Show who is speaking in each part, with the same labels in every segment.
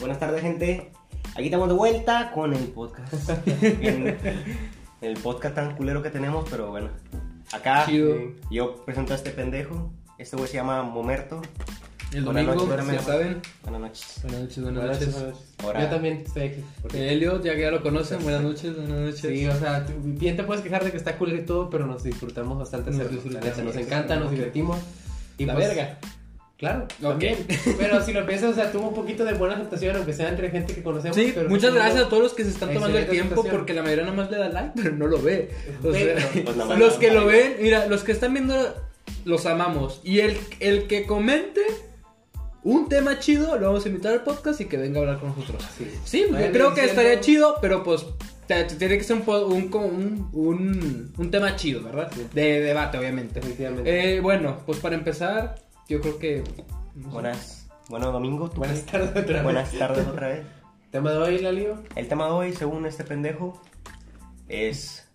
Speaker 1: Buenas tardes, gente. Aquí estamos de vuelta con el podcast. En- el podcast tan culero que tenemos, pero bueno. Acá
Speaker 2: Chido.
Speaker 1: yo presento a este pendejo. Este güey se llama Momerto.
Speaker 2: El
Speaker 1: Buenas
Speaker 2: domingo,
Speaker 1: noches,
Speaker 2: ya
Speaker 1: duerme.
Speaker 2: saben.
Speaker 1: Buenas noches.
Speaker 2: Buenas noches, buenas, noches. Eh,
Speaker 1: Ahora-
Speaker 3: Yo también estoy aquí. porque-
Speaker 2: Elliot, ya que ya lo conocen, buenas noches, buenas noches.
Speaker 3: Sí, o sea, tú- bien te puedes quejar de que está cool y todo, pero nos disfrutamos bastante
Speaker 2: Nos
Speaker 3: hacerlo, la
Speaker 2: disfrutamos.
Speaker 3: neta, nos encanta, nos divertimos. Y
Speaker 2: La
Speaker 3: pues-
Speaker 2: verga.
Speaker 3: Claro,
Speaker 2: Ok.
Speaker 3: también. Pero si lo piensas, o sea, tuvo un poquito de buena aceptación, aunque sea entre gente que conocemos.
Speaker 2: Sí,
Speaker 3: pero
Speaker 2: muchas
Speaker 3: no-
Speaker 2: gracias a todos los que se están tomando el
Speaker 3: Excelente
Speaker 2: tiempo
Speaker 3: presentación.
Speaker 2: porque la mayoría nomás le da like, pero no lo ve. O
Speaker 3: Güey,
Speaker 2: sea,
Speaker 3: pero-
Speaker 1: Pues nada más-
Speaker 2: los que lo ven, mira, los que están viendo los amamos. Y el, el que comente un tema chido, lo vamos a invitar al podcast y que venga a hablar con nosotros.
Speaker 3: Sí.
Speaker 2: Sí, yo
Speaker 3: Vayan
Speaker 2: creo que
Speaker 3: diciendo-
Speaker 2: estaría chido, pero pues te- te tiene que ser un, po- un, como un, un, un tema chido, ¿verdad?
Speaker 3: Sí.
Speaker 2: De debate, obviamente.
Speaker 3: Definitivamente.
Speaker 2: Eh, bueno, pues para empezar, yo creo que...
Speaker 1: Buenas. Bueno, domingo. ¿tú
Speaker 3: Buenas
Speaker 1: qué?
Speaker 3: tardes otra vez.
Speaker 1: Buenas tardes otra vez.
Speaker 3: Tema de hoy, Lalio.
Speaker 1: El tema de hoy, según este pendejo, es.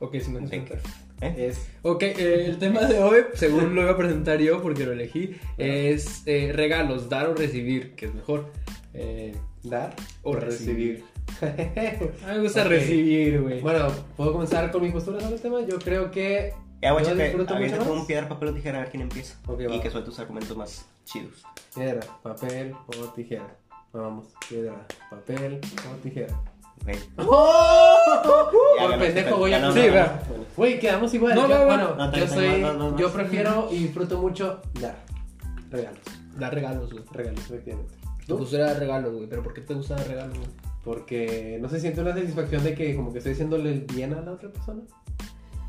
Speaker 2: Ok, sí me
Speaker 1: de- ¿Eh?
Speaker 3: Es.
Speaker 2: Ok, eh, el tema de hoy, según lo iba a presentar yo porque lo elegí, es eh, regalos, dar o recibir, que es mejor. Eh,
Speaker 3: Dar
Speaker 2: O recibir.
Speaker 3: recibir.
Speaker 2: a mí me gusta
Speaker 3: Ok.
Speaker 2: recibir, güey.
Speaker 3: bueno, ¿puedo comenzar con mi postura sobre el tema? Yo creo que.
Speaker 1: Ya, güey,
Speaker 3: yo
Speaker 1: checa,
Speaker 3: disfruto mucho
Speaker 1: aviéntate
Speaker 3: más.
Speaker 1: un piedra, papel o tijera a ver quién empieza.
Speaker 3: Ok,
Speaker 1: y
Speaker 3: va.
Speaker 1: que suelte tus argumentos más chidos.
Speaker 3: Piedra, papel o tijera. Vamos, piedra, papel o tijera.
Speaker 1: Ok. Ya
Speaker 3: Uh, Por
Speaker 1: ganaste,
Speaker 3: pendejo
Speaker 1: pero-
Speaker 3: voy
Speaker 1: ya
Speaker 3: a
Speaker 1: no,
Speaker 2: Sí,
Speaker 1: no, no.
Speaker 2: va.
Speaker 3: Güey, quedamos igual.
Speaker 2: ¡Oh! No,
Speaker 3: yo,
Speaker 2: va, va.
Speaker 3: bueno,
Speaker 1: No,
Speaker 3: yo
Speaker 1: también,
Speaker 3: soy.
Speaker 1: no, no, no.
Speaker 3: Yo prefiero y disfruto mucho dar. Regalos.
Speaker 2: Dar regalos, güey.
Speaker 3: Regalos, efectivamente.
Speaker 2: Me
Speaker 3: ¿Tú?
Speaker 2: gusta dar regalos, güey, pero ¿por qué te gusta dar regalos, güey?
Speaker 3: Porque no se siente una satisfacción de que como que estoy haciéndole el bien a la otra persona.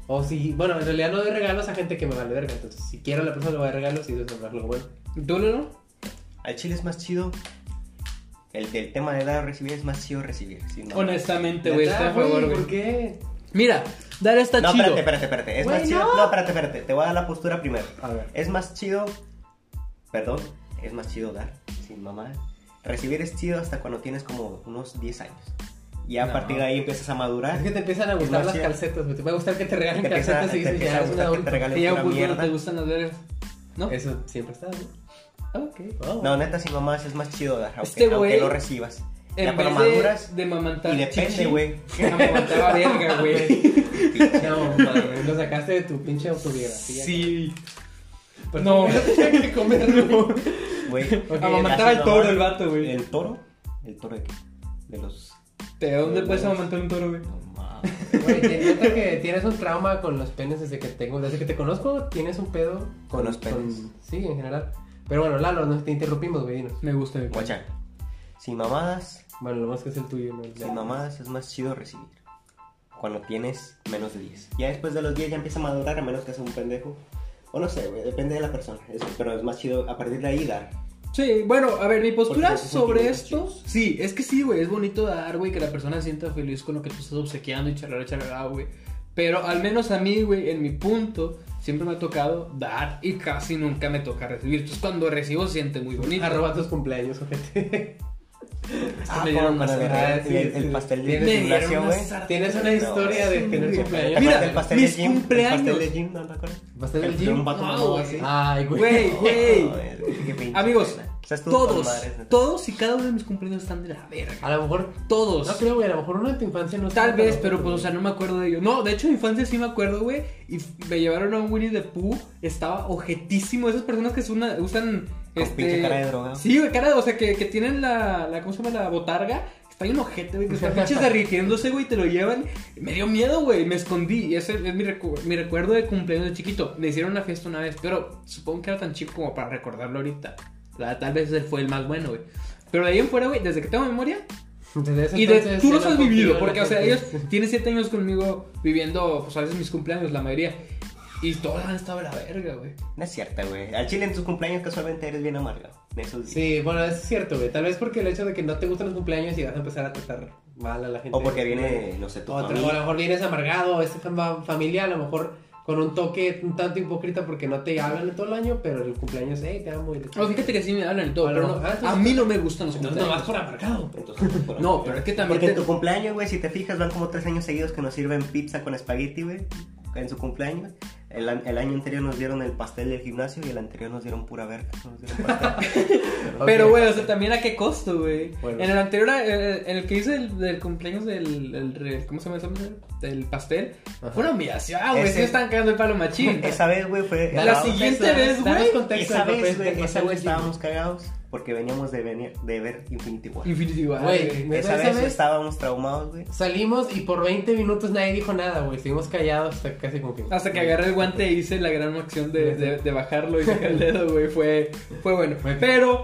Speaker 3: O si, bueno, en realidad no doy regalos a gente que me vale verga. Entonces, si quiero a la persona, le voy a dar regalos y eso es algo bueno.
Speaker 2: ¿Tú, Lolo?
Speaker 1: Al chile es más chido. El del tema de dar o recibir es más chido recibir. sí, no.
Speaker 2: Honestamente, güey, estoy
Speaker 3: Neta,
Speaker 2: a favor,
Speaker 3: ¿Por
Speaker 2: güey.
Speaker 3: qué?
Speaker 2: Mira, dar está
Speaker 1: No,
Speaker 2: chido.
Speaker 1: espérate, espérate, espérate. Es
Speaker 3: Güey,
Speaker 1: más chido.
Speaker 3: no.
Speaker 1: No, espérate, espérate. Te voy a dar la postura primero.
Speaker 3: A ver.
Speaker 1: Es más chido. Perdón, es más chido dar. Sin mamá. Recibir es chido hasta cuando tienes como unos 10 años. Y a
Speaker 2: No.
Speaker 1: partir de ahí empiezas a madurar.
Speaker 3: Es que te empiezan a
Speaker 1: No,
Speaker 3: gustar las
Speaker 1: sí.
Speaker 3: calcetas, güey. Te va a gustar que te regalen
Speaker 1: Te empieza-
Speaker 3: calcetas y
Speaker 1: te
Speaker 3: dices,
Speaker 1: empieza
Speaker 3: ya
Speaker 1: a
Speaker 3: es un
Speaker 1: gustar que te
Speaker 3: adulto.
Speaker 1: regalen
Speaker 2: Y a
Speaker 1: pura
Speaker 2: un punto no
Speaker 1: mierda.
Speaker 2: pues, te gustan las vergas, ¿no?
Speaker 3: Eso siempre está, ¿no?
Speaker 2: Ok.
Speaker 3: Wow.
Speaker 1: No, neta, sin mamás es más chido dar. Aunque,
Speaker 2: Este
Speaker 1: aunque
Speaker 2: güey,
Speaker 1: lo recibas. Ya
Speaker 2: En
Speaker 1: cuando
Speaker 2: vez de-
Speaker 1: maduras.
Speaker 2: de mamantar
Speaker 1: Y depende,
Speaker 2: chichi,
Speaker 1: güey.
Speaker 2: Amamantaba verga, güey.
Speaker 3: No, madre, lo sacaste de tu pinche autobiografía.
Speaker 2: Sí.
Speaker 3: Pero
Speaker 2: No.
Speaker 3: tenía que comerlo.
Speaker 1: Güey.
Speaker 3: Ok,
Speaker 2: Amamantaba
Speaker 1: ya sin
Speaker 2: el toro,
Speaker 1: mamá-
Speaker 2: el vato, güey.
Speaker 1: ¿El toro? ¿El toro de qué? De los.
Speaker 2: ¿De dónde puedes
Speaker 1: Pues,
Speaker 2: amamantar un toro, güey?
Speaker 1: No mames.
Speaker 3: Güey, te- neta que tienes un trauma con los penes desde que tengo, desde que te conozco, tienes un pedo con,
Speaker 1: Con los penes.
Speaker 3: sí, en general. Pero bueno, Lalo, no te interrumpimos, güey, dinos.
Speaker 2: Me gusta mi
Speaker 1: Guacha. Sin mamadas.
Speaker 3: Bueno, lo más que es el tuyo, ¿no?
Speaker 1: Sin mamadas es más chido recibir. Cuando tienes menos de 10. Ya después de los 10 ya empieza a madurar a menos que seas un pendejo. O no sé, güey, depende de la persona. Es- pero es más chido a partir de ahí dar.
Speaker 2: Sí, bueno, a ver, mi postura
Speaker 1: Porque son
Speaker 2: sobre
Speaker 1: sentimientos
Speaker 2: esto.
Speaker 1: chidos.
Speaker 2: Sí, es que sí, güey, es bonito dar, güey, que la persona se sienta feliz con lo que tú estás obsequiando y charlar, charlar, güey. Pero al menos a mí, güey, en mi punto, siempre me ha tocado dar y casi nunca me toca recibir. Entonces, cuando recibo, se siente muy bonito.
Speaker 3: Arroba tus cumpleaños, ojete.
Speaker 1: Ah,
Speaker 2: me dieron
Speaker 1: como
Speaker 2: más
Speaker 1: cuando
Speaker 3: de-
Speaker 1: el, el-
Speaker 3: sí,
Speaker 1: el
Speaker 3: sí.
Speaker 1: pastel de
Speaker 3: Me
Speaker 2: dieron
Speaker 1: simulación,
Speaker 2: unas
Speaker 1: güey.
Speaker 2: sartenes.
Speaker 3: Tienes una
Speaker 1: No,
Speaker 3: historia de tener
Speaker 1: ¿Te
Speaker 3: cumpleaños.
Speaker 1: acuerdas
Speaker 2: Mira,
Speaker 1: del pastel de
Speaker 2: mis
Speaker 1: Jim? El pastel
Speaker 2: cumpleaños.
Speaker 1: de Jim, ¿no te acuerdas?
Speaker 3: ¿Vas a hacer
Speaker 1: Que
Speaker 3: el
Speaker 1: fue un
Speaker 3: gym?
Speaker 1: vato
Speaker 2: No,
Speaker 1: mamado
Speaker 2: güey.
Speaker 1: así.
Speaker 3: Ay,
Speaker 2: Güey, güey.
Speaker 1: Joder, qué pinche
Speaker 2: Amigos,
Speaker 1: pena. O sea, estuvo con
Speaker 2: todos,
Speaker 1: madres, neta.
Speaker 2: todos y cada uno de mis cumpleaños están de la verga.
Speaker 3: A lo mejor.
Speaker 2: Todos.
Speaker 3: No creo, güey, a lo mejor uno de tu infancia no
Speaker 2: Pues, Tal
Speaker 3: está-
Speaker 2: vez, pero pues, o sea, no me acuerdo de ellos. No, de hecho, en mi infancia sí me acuerdo, güey. Y f- me llevaron a un Winnie the Pooh. Estaba ojetísimo. Esas personas que son una- usan. este,
Speaker 1: Con pinche cara de drogado.
Speaker 2: Sí, güey, cara de. O sea, que, que tienen la, la. ¿Cómo se llama? La botarga. Está bien ojete, güey. Que están pinches derritiéndose, güey. y Te lo llevan. Me dio miedo, güey. Me escondí. Y ese es mi, recu- mi recuerdo de cumpleaños de chiquito. Me hicieron una fiesta una vez. Pero supongo que era tan chico como para recordarlo ahorita. La- tal vez ese fue el más bueno, güey. Pero de ahí en fuera, güey, desde que tengo memoria,
Speaker 3: Desde ese
Speaker 2: y de-
Speaker 3: entonces
Speaker 2: tú
Speaker 3: ya
Speaker 2: los
Speaker 3: no
Speaker 2: has
Speaker 3: confío
Speaker 2: vivido,
Speaker 3: en
Speaker 2: porque,
Speaker 3: la
Speaker 2: o sea,
Speaker 3: gente.
Speaker 2: ellos tienen 7 años conmigo viviendo, pues a veces mis cumpleaños, la mayoría. Y todos han estado de la verga, güey.
Speaker 1: No es cierta, güey. Al chile en tus cumpleaños casualmente eres bien amargado. En esos días.
Speaker 3: Sí, bueno, es cierto, güey. Tal vez porque el hecho de que no te gustan los cumpleaños y vas a empezar a tratar mal a la gente.
Speaker 1: O porque viene, no sé, tu
Speaker 3: Otra, o a lo
Speaker 1: familia.
Speaker 3: mejor vienes amargado, es fam- familia, a lo mejor con un toque un tanto hipócrita porque no te hablan en todo el año, pero en el cumpleaños, hey, te amo. Y
Speaker 2: O sea, fíjate que sí me hablan y todo,
Speaker 3: A
Speaker 2: pero
Speaker 3: lo-
Speaker 2: no,
Speaker 3: ah, entonces-
Speaker 2: a mí no me gustan los
Speaker 3: Entonces no vas
Speaker 2: cumpleaños.
Speaker 3: por amargado.
Speaker 1: Entonces, por-
Speaker 2: No, pero es que también
Speaker 1: Porque en
Speaker 2: te-
Speaker 1: tu cumpleaños, güey, si te fijas, van como tres años seguidos que nos sirven pizza con espagueti, güey. en su cumpleaños. El, an- el año anterior nos dieron el pastel del gimnasio y el anterior nos dieron pura verga. Nos dieron pastel.
Speaker 2: Pero, güey, o sea, también a qué costo, güey.
Speaker 3: Bueno.
Speaker 2: En el anterior, eh, en el que hice el, del cumpleaños del, el re- ¿Cómo se llama eso? Del pastel.
Speaker 3: Ajá.
Speaker 2: Fue una humillación, ah, güey.
Speaker 1: Ese-
Speaker 2: Sí, me están cagando el palo machín.
Speaker 1: Esa vez, güey, fue.
Speaker 2: La
Speaker 1: danos-
Speaker 2: siguiente vez, güey,
Speaker 1: Esa vez, güey, esa vez estábamos cagados porque veníamos de, venir, de ver Infinity War.
Speaker 2: Infinity War.
Speaker 3: Güey,
Speaker 2: güey.
Speaker 3: me-
Speaker 1: Esa
Speaker 3: esa
Speaker 1: vez
Speaker 3: vez-
Speaker 1: estábamos traumados, güey.
Speaker 3: Salimos y por 20 minutos nadie dijo nada, güey. Seguimos callados hasta casi como que.
Speaker 2: Hasta que agarré el guante e hice la gran acción de, de- de bajarlo y sacar el dedo, güey. Fue, fue bueno.
Speaker 3: Bueno.
Speaker 2: Pero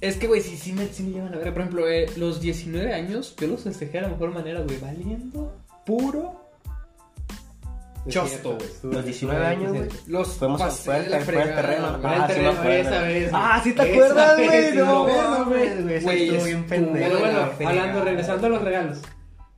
Speaker 2: es que, güey, sí, sí, me, sí me llevan a ver. Por ejemplo, eh, los 19 años, yo los festejé de la mejor manera, güey. Valiendo puro
Speaker 3: Es
Speaker 2: chosto,
Speaker 3: cierto,
Speaker 2: güey.
Speaker 3: estuvo-
Speaker 1: Los 19 años, güey.
Speaker 2: Los
Speaker 1: Fuimos al
Speaker 2: pasé de
Speaker 1: fuerte, fue
Speaker 2: la
Speaker 1: al
Speaker 2: fregada,
Speaker 1: terreno.
Speaker 2: güey.
Speaker 3: Ah,
Speaker 1: Ah, sí me acuerdo.
Speaker 3: esa vez, esa vez, güey.
Speaker 1: Ah, sí te
Speaker 3: Esa
Speaker 1: acuerdas,
Speaker 3: vez,
Speaker 1: güey.
Speaker 3: sí,
Speaker 1: No,
Speaker 3: güey.
Speaker 1: mames, güey. Eso
Speaker 2: Güey,
Speaker 1: estuvo
Speaker 2: es
Speaker 1: bien pendejo.
Speaker 3: Pero bueno,
Speaker 1: güey.
Speaker 3: hablando, regresando a los regalos.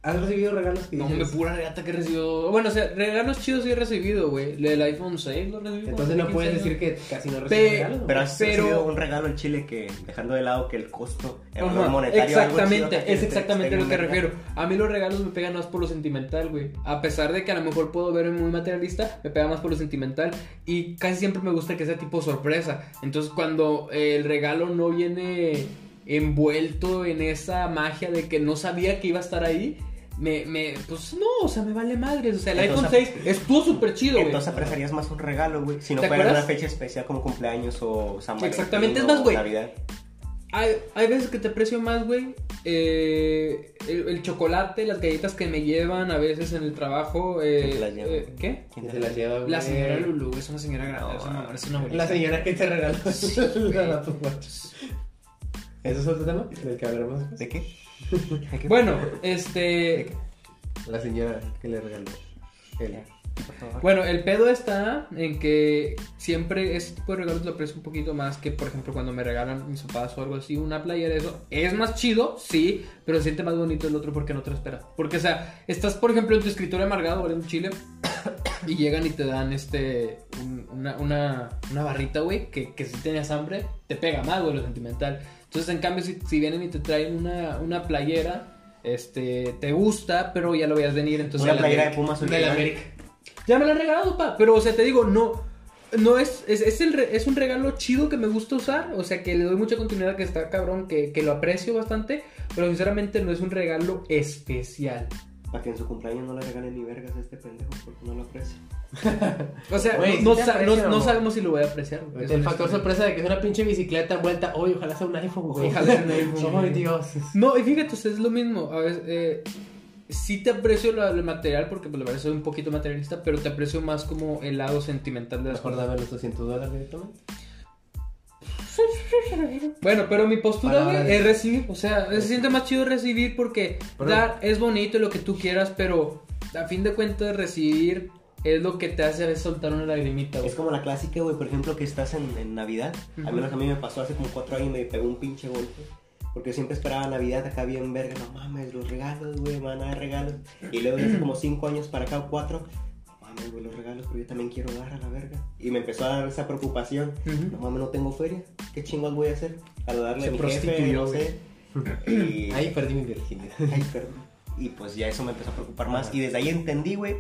Speaker 3: ¿Has recibido regalos que
Speaker 2: No,
Speaker 3: dices?
Speaker 2: me pura regata que recibió. Bueno, o sea, regalos chidos sí he recibido, güey. El iPhone 6 lo recibí. cuando
Speaker 3: Entonces no
Speaker 2: tenía
Speaker 3: puedes
Speaker 2: 15
Speaker 3: decir
Speaker 2: años.
Speaker 3: que casi no
Speaker 2: Pe-
Speaker 3: recibes regalos.
Speaker 1: Pero ha
Speaker 2: Pero-
Speaker 1: sido un regalo al Chile que, dejando de lado que el costo, el valor
Speaker 2: Ajá,
Speaker 1: monetario. algo
Speaker 2: exactamente,
Speaker 1: chido que
Speaker 2: es
Speaker 1: te-
Speaker 2: exactamente
Speaker 1: te
Speaker 2: a lo que
Speaker 1: venga.
Speaker 2: refiero. A mí los regalos me pegan más por lo sentimental, güey. A pesar de que a lo mejor puedo verme muy materialista, me pega más por lo sentimental. Y casi siempre me gusta que sea tipo sorpresa. Entonces, cuando eh, el regalo no viene envuelto en esa magia de que no sabía que iba a estar ahí. Me, me, pues no, o sea, me vale madres. O sea, el
Speaker 1: Entonces-
Speaker 2: iPhone 6 estuvo súper chido, güey.
Speaker 1: Entonces apreciarías más un regalo, güey. Si no
Speaker 2: ¿Te
Speaker 1: fuera una
Speaker 2: acuerdas?
Speaker 1: fecha especial como cumpleaños o San Valentín
Speaker 2: Exactamente, es
Speaker 1: o
Speaker 2: más, güey.
Speaker 1: Navidad.
Speaker 2: Hay, hay veces que te aprecio más, güey. eh, el, el chocolate, las galletas que me llevan a veces en el trabajo. eh,
Speaker 1: ¿Quién te las lleva?
Speaker 2: eh, ¿Qué?
Speaker 1: ¿Quién
Speaker 3: Se las lleva, güey.
Speaker 2: La señora Lulu, es una señora grande.
Speaker 1: No,
Speaker 2: es una, es una abuelita.
Speaker 3: La señora que te regaló
Speaker 2: Sí,
Speaker 3: la tu watch. ¿Eso es otro tema del que hablaremos después?
Speaker 1: ¿De qué? ¿De qué?
Speaker 2: Bueno,
Speaker 1: ¿De
Speaker 2: este.
Speaker 1: qué?
Speaker 3: La señora que le regaló. Él.
Speaker 1: Por favor.
Speaker 2: Bueno, el pedo está en que siempre ese tipo de regalos lo aprecio un poquito más que, por ejemplo, cuando me regalan mis papás o algo así, una playera, eso. Es más chido, sí, pero se siente más bonito el otro porque no te lo esperas. Porque, o sea, estás, por ejemplo, en tu escritorio amargado, ¿vale? En Chile, y llegan y te dan, este, un- una, una, una barrita, güey, que, que si tenías hambre, te pega más, güey, lo sentimental. Entonces, en cambio, si, si vienen y te traen una, una playera, este, te gusta, pero ya lo veías venir, entonces...
Speaker 1: Una
Speaker 2: la
Speaker 1: playera de
Speaker 2: tienes-
Speaker 1: Pumas
Speaker 3: De la
Speaker 1: original.
Speaker 3: América.
Speaker 2: ya me la han regalado, pa. Pero, o sea, te digo, no. No es, es, es, el re- es un regalo chido que me gusta usar. O sea, que le doy mucha continuidad, que está cabrón, que, que lo aprecio bastante. Pero sinceramente no es un regalo especial.
Speaker 1: Para que en su cumpleaños no le regalen ni vergas a este pendejo porque no lo aprecia.
Speaker 2: O sea,
Speaker 3: Güey,
Speaker 2: no,
Speaker 3: sí te
Speaker 2: sa-
Speaker 3: aprecio,
Speaker 2: no- no
Speaker 3: amor.
Speaker 2: sabemos si lo voy a apreciar. güey. Es
Speaker 3: El
Speaker 2: una
Speaker 3: factor
Speaker 2: historia.
Speaker 3: sorpresa de que es una pinche bicicleta vuelta. Oye, ojalá sea un iPhone, güey.
Speaker 2: Ojalá sea un iPhone,
Speaker 3: Ay,
Speaker 2: güey.
Speaker 3: Dios.
Speaker 2: No, y fíjate, o sea, es lo mismo. A veces, eh, sí te aprecio la- el material porque pues, la verdad soy un poquito materialista, pero te aprecio más como el lado sentimental de las
Speaker 3: Mejor
Speaker 2: cosas.
Speaker 3: dame los 200 dólares directamente.
Speaker 2: Bueno, pero mi postura,
Speaker 3: Palabra
Speaker 2: güey,
Speaker 3: de-
Speaker 2: es recibir. O sea, se siente más chido recibir porque
Speaker 3: Pero-
Speaker 2: dar es bonito y lo que tú quieras, pero a fin de cuentas recibir es lo que te hace a veces soltar una lagrimita, güey.
Speaker 1: Es como la clásica, güey, por ejemplo, que estás en, en Navidad.
Speaker 2: Ujú.
Speaker 1: Al menos a mí me pasó hace como cuatro años y me pegó un pinche golpe. Porque siempre esperaba Navidad acá bien verga. No mames, los regalos, güey, van a dar regalos. Y luego ya hace como cinco años para acá, cuatro. No mames, güey, los regalos, pero yo también quiero dar a la verga. Y me empezó a dar esa preocupación.
Speaker 2: Ujú.
Speaker 1: No mames, no tengo feria. ¿Qué chingos voy a hacer? A darle
Speaker 2: Se
Speaker 1: a mi jefe,
Speaker 2: prostituyó,
Speaker 1: no sé. Y...
Speaker 3: Ahí perdí mi virginidad.
Speaker 1: Ay, perdón. Y pues ya eso me empezó a preocupar más. Y desde ahí entendí, güey,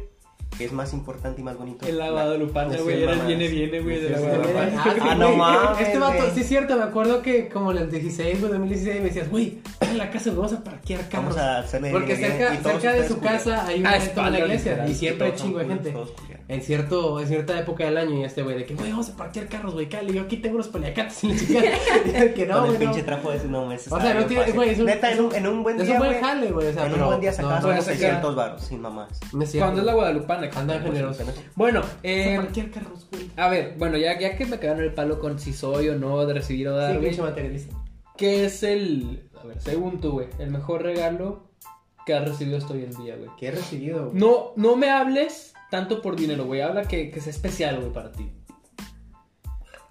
Speaker 1: que es más importante y más bonito.
Speaker 2: El lavado Lupana,
Speaker 1: Pues,
Speaker 2: güey,
Speaker 1: sí,
Speaker 2: era el
Speaker 1: mamadas.
Speaker 2: viene, viene, güey, de
Speaker 1: Sí,
Speaker 2: lavado
Speaker 1: sí,
Speaker 2: Lupana.
Speaker 1: sí. Ah, no
Speaker 3: güey,
Speaker 1: mames,
Speaker 3: Este vato,
Speaker 1: güey.
Speaker 3: sí es cierto, me acuerdo que como en el 16, güey, 2016 me decías, güey, en la casa, güey, vamos a parquear carros.
Speaker 1: Vamos a hacerle
Speaker 3: Porque
Speaker 1: bien,
Speaker 3: cerca,
Speaker 1: bien, y todos
Speaker 3: cerca de
Speaker 1: ustedes
Speaker 3: su casa hay
Speaker 2: Ah,
Speaker 3: una,
Speaker 2: es
Speaker 3: gente, una
Speaker 2: padre,
Speaker 3: iglesia
Speaker 2: literal,
Speaker 3: y siempre hay
Speaker 1: Todos son
Speaker 3: chingo de
Speaker 1: culos,
Speaker 3: gente.
Speaker 1: todos culiados.
Speaker 3: En, cierto, en cierta época del año, y este güey, de que, güey, vamos a parquear carros, güey, cali. Yo aquí tengo unos paliacates y la chingada. Y yo, que no,
Speaker 1: Con el
Speaker 3: güey. no.
Speaker 1: pinche trapo de ese no meses.
Speaker 3: O sea, no tiene, güey, es un.
Speaker 1: Neta, en un, en un buen
Speaker 3: es
Speaker 1: día.
Speaker 3: un buen
Speaker 1: güey,
Speaker 3: jale, güey. O sea,
Speaker 1: en
Speaker 3: pero
Speaker 1: un buen día
Speaker 3: no,
Speaker 1: sacabas
Speaker 3: no,
Speaker 1: unos
Speaker 2: se queda.
Speaker 1: 600 baros, sin mamás.
Speaker 3: no es cierto.
Speaker 2: Cuando es la Guadalupana,
Speaker 3: Anda en generoso.
Speaker 2: Bueno,
Speaker 3: Vamos a
Speaker 2: eh,
Speaker 3: parquear carros, güey.
Speaker 2: a ver, bueno, ya, ya que me cagaron el palo con si soy o no de recibir o dar,
Speaker 3: Sí,
Speaker 2: güey,
Speaker 3: pinche materialista.
Speaker 2: ¿qué es el, a ver, según tú, güey, el mejor regalo que has recibido hasta hoy en día, güey?
Speaker 3: Que he recibido, güey.
Speaker 2: No, no me hables tanto por dinero, güey. Habla que, que sea especial, güey, para ti.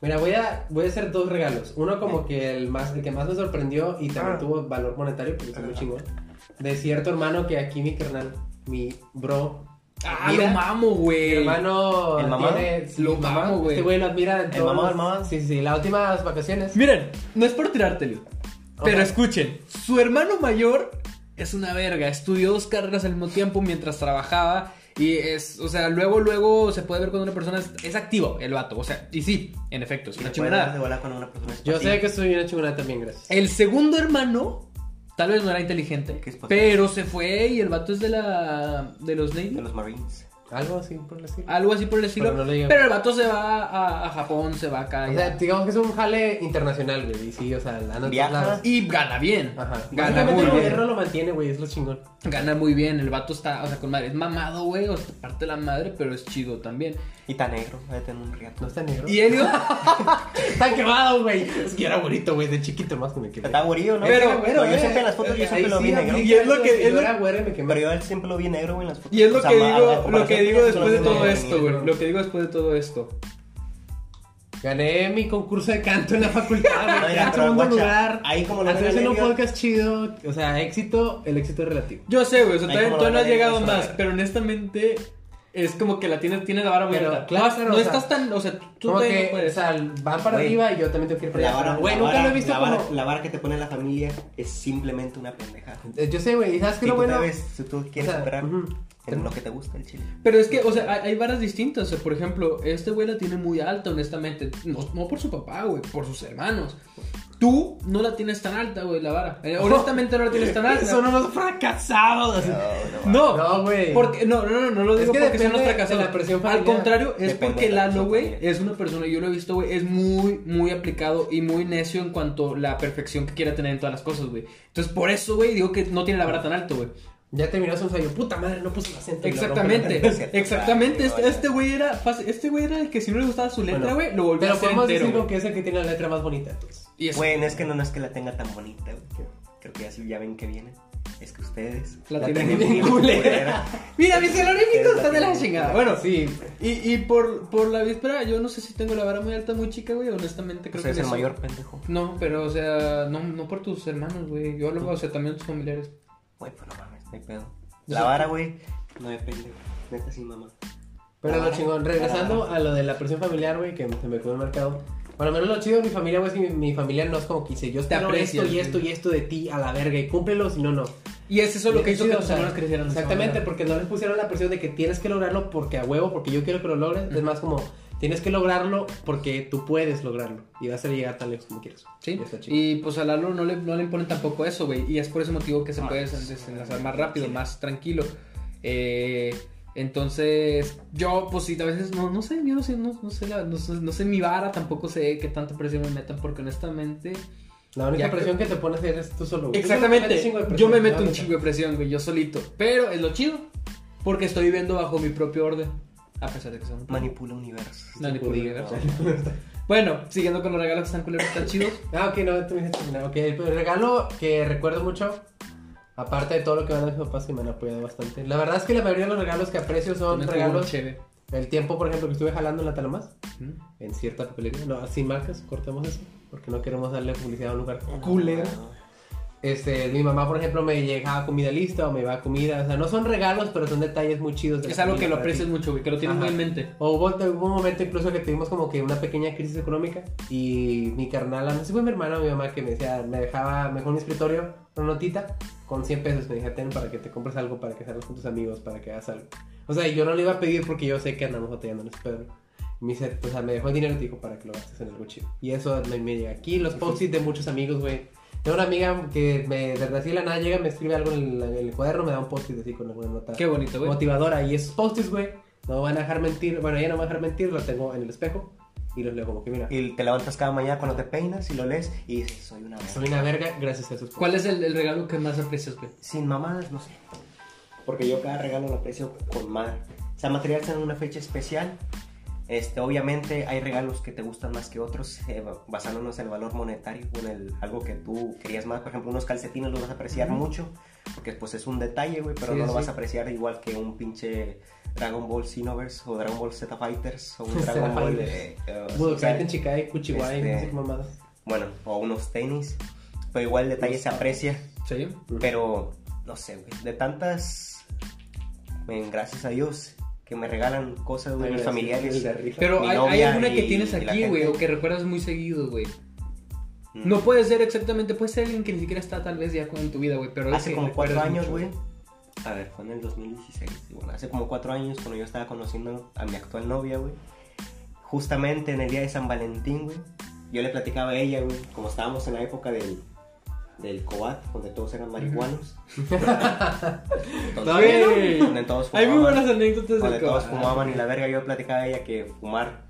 Speaker 3: Mira, voy a, voy a hacer dos regalos. Uno como que el más, el que más me sorprendió y también
Speaker 1: Ah.
Speaker 3: tuvo valor monetario porque está muy chingón. De cierto hermano que aquí mi carnal, mi bro.
Speaker 2: Ah,
Speaker 3: admira.
Speaker 2: lo mamo,
Speaker 3: Mi
Speaker 2: güey.
Speaker 3: hermano
Speaker 1: ¿El mamá?
Speaker 3: tiene- sí,
Speaker 2: Lo
Speaker 3: mi mamá,
Speaker 2: mamo, güey.
Speaker 3: Este güey lo admira.
Speaker 1: ¿El
Speaker 3: en todos
Speaker 1: mamá,
Speaker 3: los-
Speaker 1: el mamá?
Speaker 3: Sí, sí, sí. Las últimas vacaciones.
Speaker 2: Miren, no es por tirártelo. Pero
Speaker 3: Ajá.
Speaker 2: escuchen, su hermano mayor es una verga. Estudió dos carreras al mismo tiempo mientras trabajaba Y es, o sea, luego, luego se puede ver cuando una persona es, es activo, el vato. O sea, y sí, en efecto, es
Speaker 1: Se
Speaker 2: una
Speaker 1: puede dar
Speaker 2: chimenada.
Speaker 1: de volar cuando una persona es
Speaker 3: Yo
Speaker 1: pasiva.
Speaker 3: sé que soy una chingona también, gracias.
Speaker 2: El segundo hermano, tal vez no era inteligente,
Speaker 1: ¿Qué es posible?
Speaker 2: pero se fue y el vato es de la. de los Navy.
Speaker 1: De los Marines.
Speaker 3: Algo así por decir.
Speaker 2: Algo así por el estilo.
Speaker 3: Pero
Speaker 2: Pero,
Speaker 3: no le digan.
Speaker 2: el vato se va a, a Japón, se va acá.
Speaker 3: O
Speaker 2: y-
Speaker 3: sea, digamos que es un jale internacional, güey. Y sí, o sea, andan
Speaker 1: Viaja.
Speaker 2: y gana bien.
Speaker 3: Ajá.
Speaker 2: Gana
Speaker 3: Básicamente
Speaker 2: muy
Speaker 3: el
Speaker 2: bien.
Speaker 3: gobierno lo mantiene, güey, es lo chingón.
Speaker 2: Gana muy bien. El vato está, o sea, con madre. Es mamado, güey. O sea, te parte la madre, pero es chido también.
Speaker 1: Y tan negro, va a tener un riato.
Speaker 3: No está negro.
Speaker 2: Y Helio.
Speaker 3: Está quemado, güey. Es que yo era bonito, güey, de chiquito más que me quemé.
Speaker 1: Está guarillo, ¿no?
Speaker 2: Pero-
Speaker 1: Ese güero, yo siempre en las fotos, yo siempre lo vi negro.
Speaker 2: aplica- Y es lo que- es
Speaker 3: Yo
Speaker 2: lo-
Speaker 3: era güero y me quemé.
Speaker 1: Pero yo siempre lo vi negro güey, en las fotos.
Speaker 2: Y es lo
Speaker 1: O sea,
Speaker 2: que
Speaker 1: ma- a
Speaker 2: digo, lo
Speaker 1: comparación
Speaker 2: que
Speaker 1: de
Speaker 2: digo
Speaker 1: otros,
Speaker 2: después de
Speaker 1: no
Speaker 2: todo
Speaker 1: me
Speaker 2: esto,
Speaker 1: venía,
Speaker 2: güey. Lo que digo después de todo esto.
Speaker 3: Gané mi concurso de canto en la facultad,
Speaker 1: No,
Speaker 3: güey.
Speaker 1: mira,
Speaker 3: quedé en
Speaker 1: pero
Speaker 3: segundo
Speaker 1: guacha,
Speaker 3: lugar.
Speaker 1: ahí como lo
Speaker 3: Hacer
Speaker 1: gané
Speaker 3: haciendo un
Speaker 1: yo-
Speaker 3: podcast chido. O sea, éxito, el éxito es relativo.
Speaker 2: Yo sé, güey. O sea,
Speaker 1: Ahí
Speaker 2: todavía
Speaker 1: como
Speaker 2: todavía no
Speaker 1: la
Speaker 2: has llegado
Speaker 1: madre,
Speaker 2: más.
Speaker 1: eso,
Speaker 2: Pero honestamente, es como que la tienes, tienes la vara muy
Speaker 3: Pero,
Speaker 2: alta.
Speaker 3: claro,
Speaker 2: no has-
Speaker 3: o
Speaker 2: no
Speaker 3: sea,
Speaker 2: estás tan. O sea, tú
Speaker 3: Como
Speaker 2: todavía
Speaker 3: que,
Speaker 2: no puedes.
Speaker 3: o sea, van para
Speaker 1: Güey.
Speaker 3: arriba y yo también tengo que ir para
Speaker 1: La
Speaker 3: allá.
Speaker 1: vara,
Speaker 3: Güey,
Speaker 1: la
Speaker 3: nunca
Speaker 1: vara-
Speaker 3: lo he visto
Speaker 1: la vara,
Speaker 3: como...
Speaker 1: la vara que te pone la familia es simplemente una pendejada.
Speaker 3: Eh, Yo sé, güey, y ¿sabes qué
Speaker 1: Si
Speaker 3: lo
Speaker 1: tú,
Speaker 3: bueno?
Speaker 1: te ves, si tú quieres
Speaker 3: O sea,
Speaker 1: superar
Speaker 3: ujú.
Speaker 1: en lo que te gusta el chile.
Speaker 2: Pero es que, o sea, hay, hay varas distintas. O sea, por ejemplo, este güey la tiene muy alta, honestamente. No, no por su papá, güey, por sus hermanos. Tú no la tienes tan alta, güey, la vara. Eh, honestamente no la tienes tan alta.
Speaker 3: Son unos fracasados.
Speaker 2: No,
Speaker 3: No, güey.
Speaker 2: Porque, no, no, no, no lo
Speaker 3: Es
Speaker 2: digo
Speaker 3: que
Speaker 2: porque son
Speaker 3: depende
Speaker 2: los fracasados.
Speaker 3: de la presión
Speaker 2: Al
Speaker 3: familiar.
Speaker 2: contrario, es
Speaker 1: Depende
Speaker 2: porque
Speaker 1: de la
Speaker 2: Lalo,
Speaker 1: presión
Speaker 2: güey,
Speaker 1: familiar.
Speaker 2: es una persona, yo lo he visto, güey, es muy, muy aplicado y muy necio en cuanto a la perfección que quiera tener en todas las cosas, güey. Entonces, por eso, güey, digo que no tiene la vara tan alta, güey.
Speaker 3: Ya terminó su ensayo. Puta madre, no puse el acento. y lo rompo.
Speaker 2: Exactamente,
Speaker 1: no, no, no.
Speaker 2: exactamente. Este,
Speaker 1: Vale,
Speaker 2: este güey era fácil- este güey era el que si no le gustaba su letra,
Speaker 3: Bueno,
Speaker 2: güey, lo volvió a
Speaker 3: Pero
Speaker 2: hacer
Speaker 3: podemos
Speaker 2: entero.
Speaker 3: decir
Speaker 2: güey.
Speaker 3: como que es el que tiene la letra más bonita. entonces.
Speaker 2: Y es-
Speaker 1: Bueno, es que no, no es que la tenga tan bonita, güey. Creo que ya, sí- ya ven que viene. Es que ustedes
Speaker 2: La tienen
Speaker 1: bien
Speaker 2: bien
Speaker 1: culera.
Speaker 2: Mira, mis caloríficos
Speaker 1: Es
Speaker 2: están de la
Speaker 1: latín.
Speaker 2: chingada. Bueno,
Speaker 3: sí.
Speaker 2: y, y por, por la víspera, yo no sé si tengo la vara muy alta, muy chica, güey. Honestamente, creo
Speaker 1: Usted es
Speaker 2: que
Speaker 1: el
Speaker 2: eso-
Speaker 1: mayor pendejo.
Speaker 2: No, pero, o sea, no, no por tus hermanos, güey. Yo hablo, o sea, también tus familiares.
Speaker 1: Güey, pues no mames, no hay pedo. La vara, güey, no depende. Neta, sí, mamá.
Speaker 3: Pero
Speaker 1: Ah,
Speaker 3: lo chingón, regresando a lo de la presión familiar, güey, que se me quedó marcado. Bueno, al menos lo chido de mi familia, güey, es que mi, mi familia no es como que dice, yo espero
Speaker 2: aprecian,
Speaker 3: esto y
Speaker 2: güey.
Speaker 3: esto y esto de ti a la verga y cúmplelo, si no, no.
Speaker 2: Y es eso lo que
Speaker 3: Y es
Speaker 2: hizo que
Speaker 3: chido,
Speaker 2: tus
Speaker 3: o sea,
Speaker 2: hermanos crecieran. de esa
Speaker 3: Exactamente,
Speaker 2: manera.
Speaker 3: porque no les pusieron la presión de que tienes que lograrlo porque a huevo, porque yo quiero que lo logres. Es más como, tienes que lograrlo porque tú puedes lograrlo y vas a llegar tan lejos como quieres.
Speaker 2: Sí,
Speaker 3: Y está chido.
Speaker 2: y pues a Lalo no le, no le imponen tampoco eso, güey. Y es por ese motivo que se
Speaker 1: Ah,
Speaker 2: puede
Speaker 1: pues,
Speaker 2: desenlazar más rápido, más tranquilo. Eh, entonces, yo, pues sí, a veces no, no sé, yo no sé, no, no sé, la- no, sé- no sé mi vara, tampoco sé qué tanta presión me metan, porque honestamente.
Speaker 3: La única
Speaker 2: Ya.
Speaker 3: presión que te pones eres tú solo. güey. Tú solo te metes
Speaker 2: Exactamente,
Speaker 3: chingo de
Speaker 2: yo
Speaker 3: presión,
Speaker 2: me
Speaker 3: la
Speaker 2: meto un
Speaker 3: neta.
Speaker 2: chingo de presión, güey, yo solito. Pero es lo chido, porque estoy viviendo bajo mi propio orden, a pesar de que son.
Speaker 1: Manipula universo.
Speaker 2: No, ni por llegar. Bueno, siguiendo con los regalos que están culeros, están chidos.
Speaker 3: Ah, ok, no, tú me dijiste terminar. Ok, el regalo que recuerdo mucho, aparte de todo lo que me han dado mis papás, que me han apoyado bastante. La verdad es que la mayoría de los regalos que aprecio son
Speaker 2: También tuvo
Speaker 3: regalos.
Speaker 2: chévere.
Speaker 3: El tiempo, por ejemplo, que estuve jalando en la Talamas,
Speaker 2: ¿Mm?
Speaker 3: en cierta papelería, no, sin marcas, cortemos eso, porque no queremos darle publicidad a un lugar culero. Este, mi mamá, por ejemplo, me llegaba comida lista o me llevaba comida. O sea, no son regalos, pero son detalles muy chidos. de la
Speaker 2: Es algo que
Speaker 3: familia
Speaker 2: lo
Speaker 3: para ti.
Speaker 2: aprecias mucho, güey, que lo tienes
Speaker 3: Ajá.
Speaker 2: muy en mente.
Speaker 3: O hubo, hubo un momento incluso que tuvimos como que una pequeña crisis económica y mi carnal, no sé si fue mi hermana o mi mamá que me decía, me dejaba mejor un escritorio, una notita con 100 pesos, me decía, ten para que te compres algo, para que salgas con tus amigos, para que hagas algo. O sea, yo no le iba a pedir porque yo sé que andamos batallando en ese pedo. Me dice, o sea, me dejó el dinero y te dijo para que lo gastes en algo chido. Y eso me, me llega aquí, los post-it de muchos amigos, güey. Tengo una amiga que me, de así de la nada llega, me escribe algo en el, en el cuaderno, me da un post-it así con alguna nota
Speaker 2: Qué bonito, güey.
Speaker 3: motivadora. Y esos post güey, no me van a dejar mentir. Bueno, ella no me va a dejar mentir, lo tengo en el espejo y los leo como que, mira,
Speaker 1: Y te levantas cada mañana cuando te peinas y lo lees y dices, soy una verga.
Speaker 3: soy una verga gracias a esos post
Speaker 2: ¿Cuál es el, el regalo que más aprecias, güey?
Speaker 1: Sin mamadas, no sé. Porque yo cada regalo lo aprecio con madre. O sea, material está en una fecha especial. Este, obviamente hay regalos que te gustan más que otros, eh, ba- basándonos en el valor monetario o en el- algo que tú querías más. Por ejemplo, unos calcetines los vas a apreciar mucho, porque pues es un detalle, güey, pero
Speaker 2: Sí,
Speaker 1: no lo
Speaker 2: sí.
Speaker 1: vas a apreciar igual que un pinche Dragon Ball Xenoverse o Dragon Ball Z Fighters o un
Speaker 3: Zeta
Speaker 1: Dragon Ball...
Speaker 3: Fighters.
Speaker 1: eh, eh,
Speaker 3: Budokai,
Speaker 1: Super-
Speaker 3: Tenchikai, Kuchiwai,
Speaker 1: Este-
Speaker 3: no sé qué mamadas.
Speaker 1: bueno, o unos tenis, pero igual el detalle se aprecia.
Speaker 2: Sí.
Speaker 1: Pero, no sé, güey. De tantas. men, gracias a Dios que me regalan cosas, güey,
Speaker 3: Ay,
Speaker 1: mis
Speaker 3: gracias, el
Speaker 1: familiares.
Speaker 3: de arriba.
Speaker 2: Pero
Speaker 1: Mi
Speaker 2: hay, hay
Speaker 1: novia
Speaker 2: alguna que
Speaker 1: y-
Speaker 2: tienes
Speaker 1: y la
Speaker 2: aquí, güey,
Speaker 1: gente.
Speaker 2: o que recuerdas muy seguido, güey.
Speaker 1: Mm.
Speaker 2: No puede ser exactamente, puede ser alguien que ni siquiera está tal vez ya con- en tu vida, güey, pero es
Speaker 1: Hace
Speaker 2: que
Speaker 1: como cuatro
Speaker 2: recuerdas
Speaker 1: años,
Speaker 2: mucho.
Speaker 1: güey, A ver, fue en el 2016, igual, hace como cuatro años cuando yo estaba conociendo a mi actual novia, güey. Justamente en el día de San Valentín, güey. Yo le platicaba a ella, güey, como estábamos en la época del, del COAT, donde todos eran marihuanos.
Speaker 2: Todavía no.
Speaker 1: Entonces, donde todos
Speaker 2: Hay muy
Speaker 1: fumaban.
Speaker 2: buenas anécdotas
Speaker 1: Cuando
Speaker 2: del
Speaker 1: todos
Speaker 2: coba.
Speaker 1: fumaban y la verga, yo platicaba a ella que fumar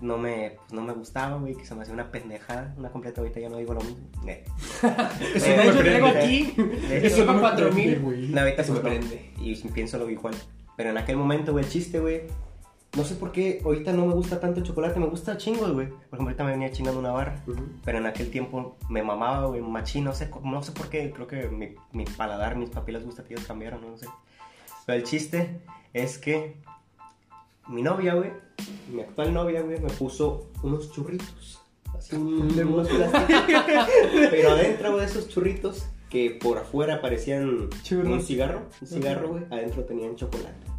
Speaker 1: no me, pues, no me gustaba, güey, que se me hacía una pendejada, una completa, ahorita ya no digo lo mismo. Eh.
Speaker 3: Eso
Speaker 1: Eh,
Speaker 3: de hecho
Speaker 1: prende.
Speaker 3: tengo aquí.
Speaker 1: De hecho,
Speaker 3: Eso
Speaker 2: no
Speaker 3: no
Speaker 2: me
Speaker 3: cuatro
Speaker 2: prende,
Speaker 3: mil.
Speaker 2: güey.
Speaker 1: No, ahorita
Speaker 3: Eso
Speaker 1: se
Speaker 3: me
Speaker 1: me
Speaker 3: prende.
Speaker 1: prende. Y pienso lo igual. Pero en aquel momento, güey, el chiste, güey. No sé por qué ahorita no me gusta tanto el chocolate, me gusta chingos, güey. Por ejemplo, ahorita me venía chingando una barra. Pero en aquel tiempo me mamaba, güey, machín, no sé, cómo- no sé por qué, creo que mi, mi paladar, mis papilas gustativas cambiaron, no sé. Pero el chiste es que mi novia, güey, mi actual novia, güey, me puso unos churritos. Así, un- unos plásticos. Pero adentro de esos churritos, que por afuera parecían
Speaker 2: Churros.
Speaker 1: un cigarro, un cigarro, güey, adentro tenían chocolate.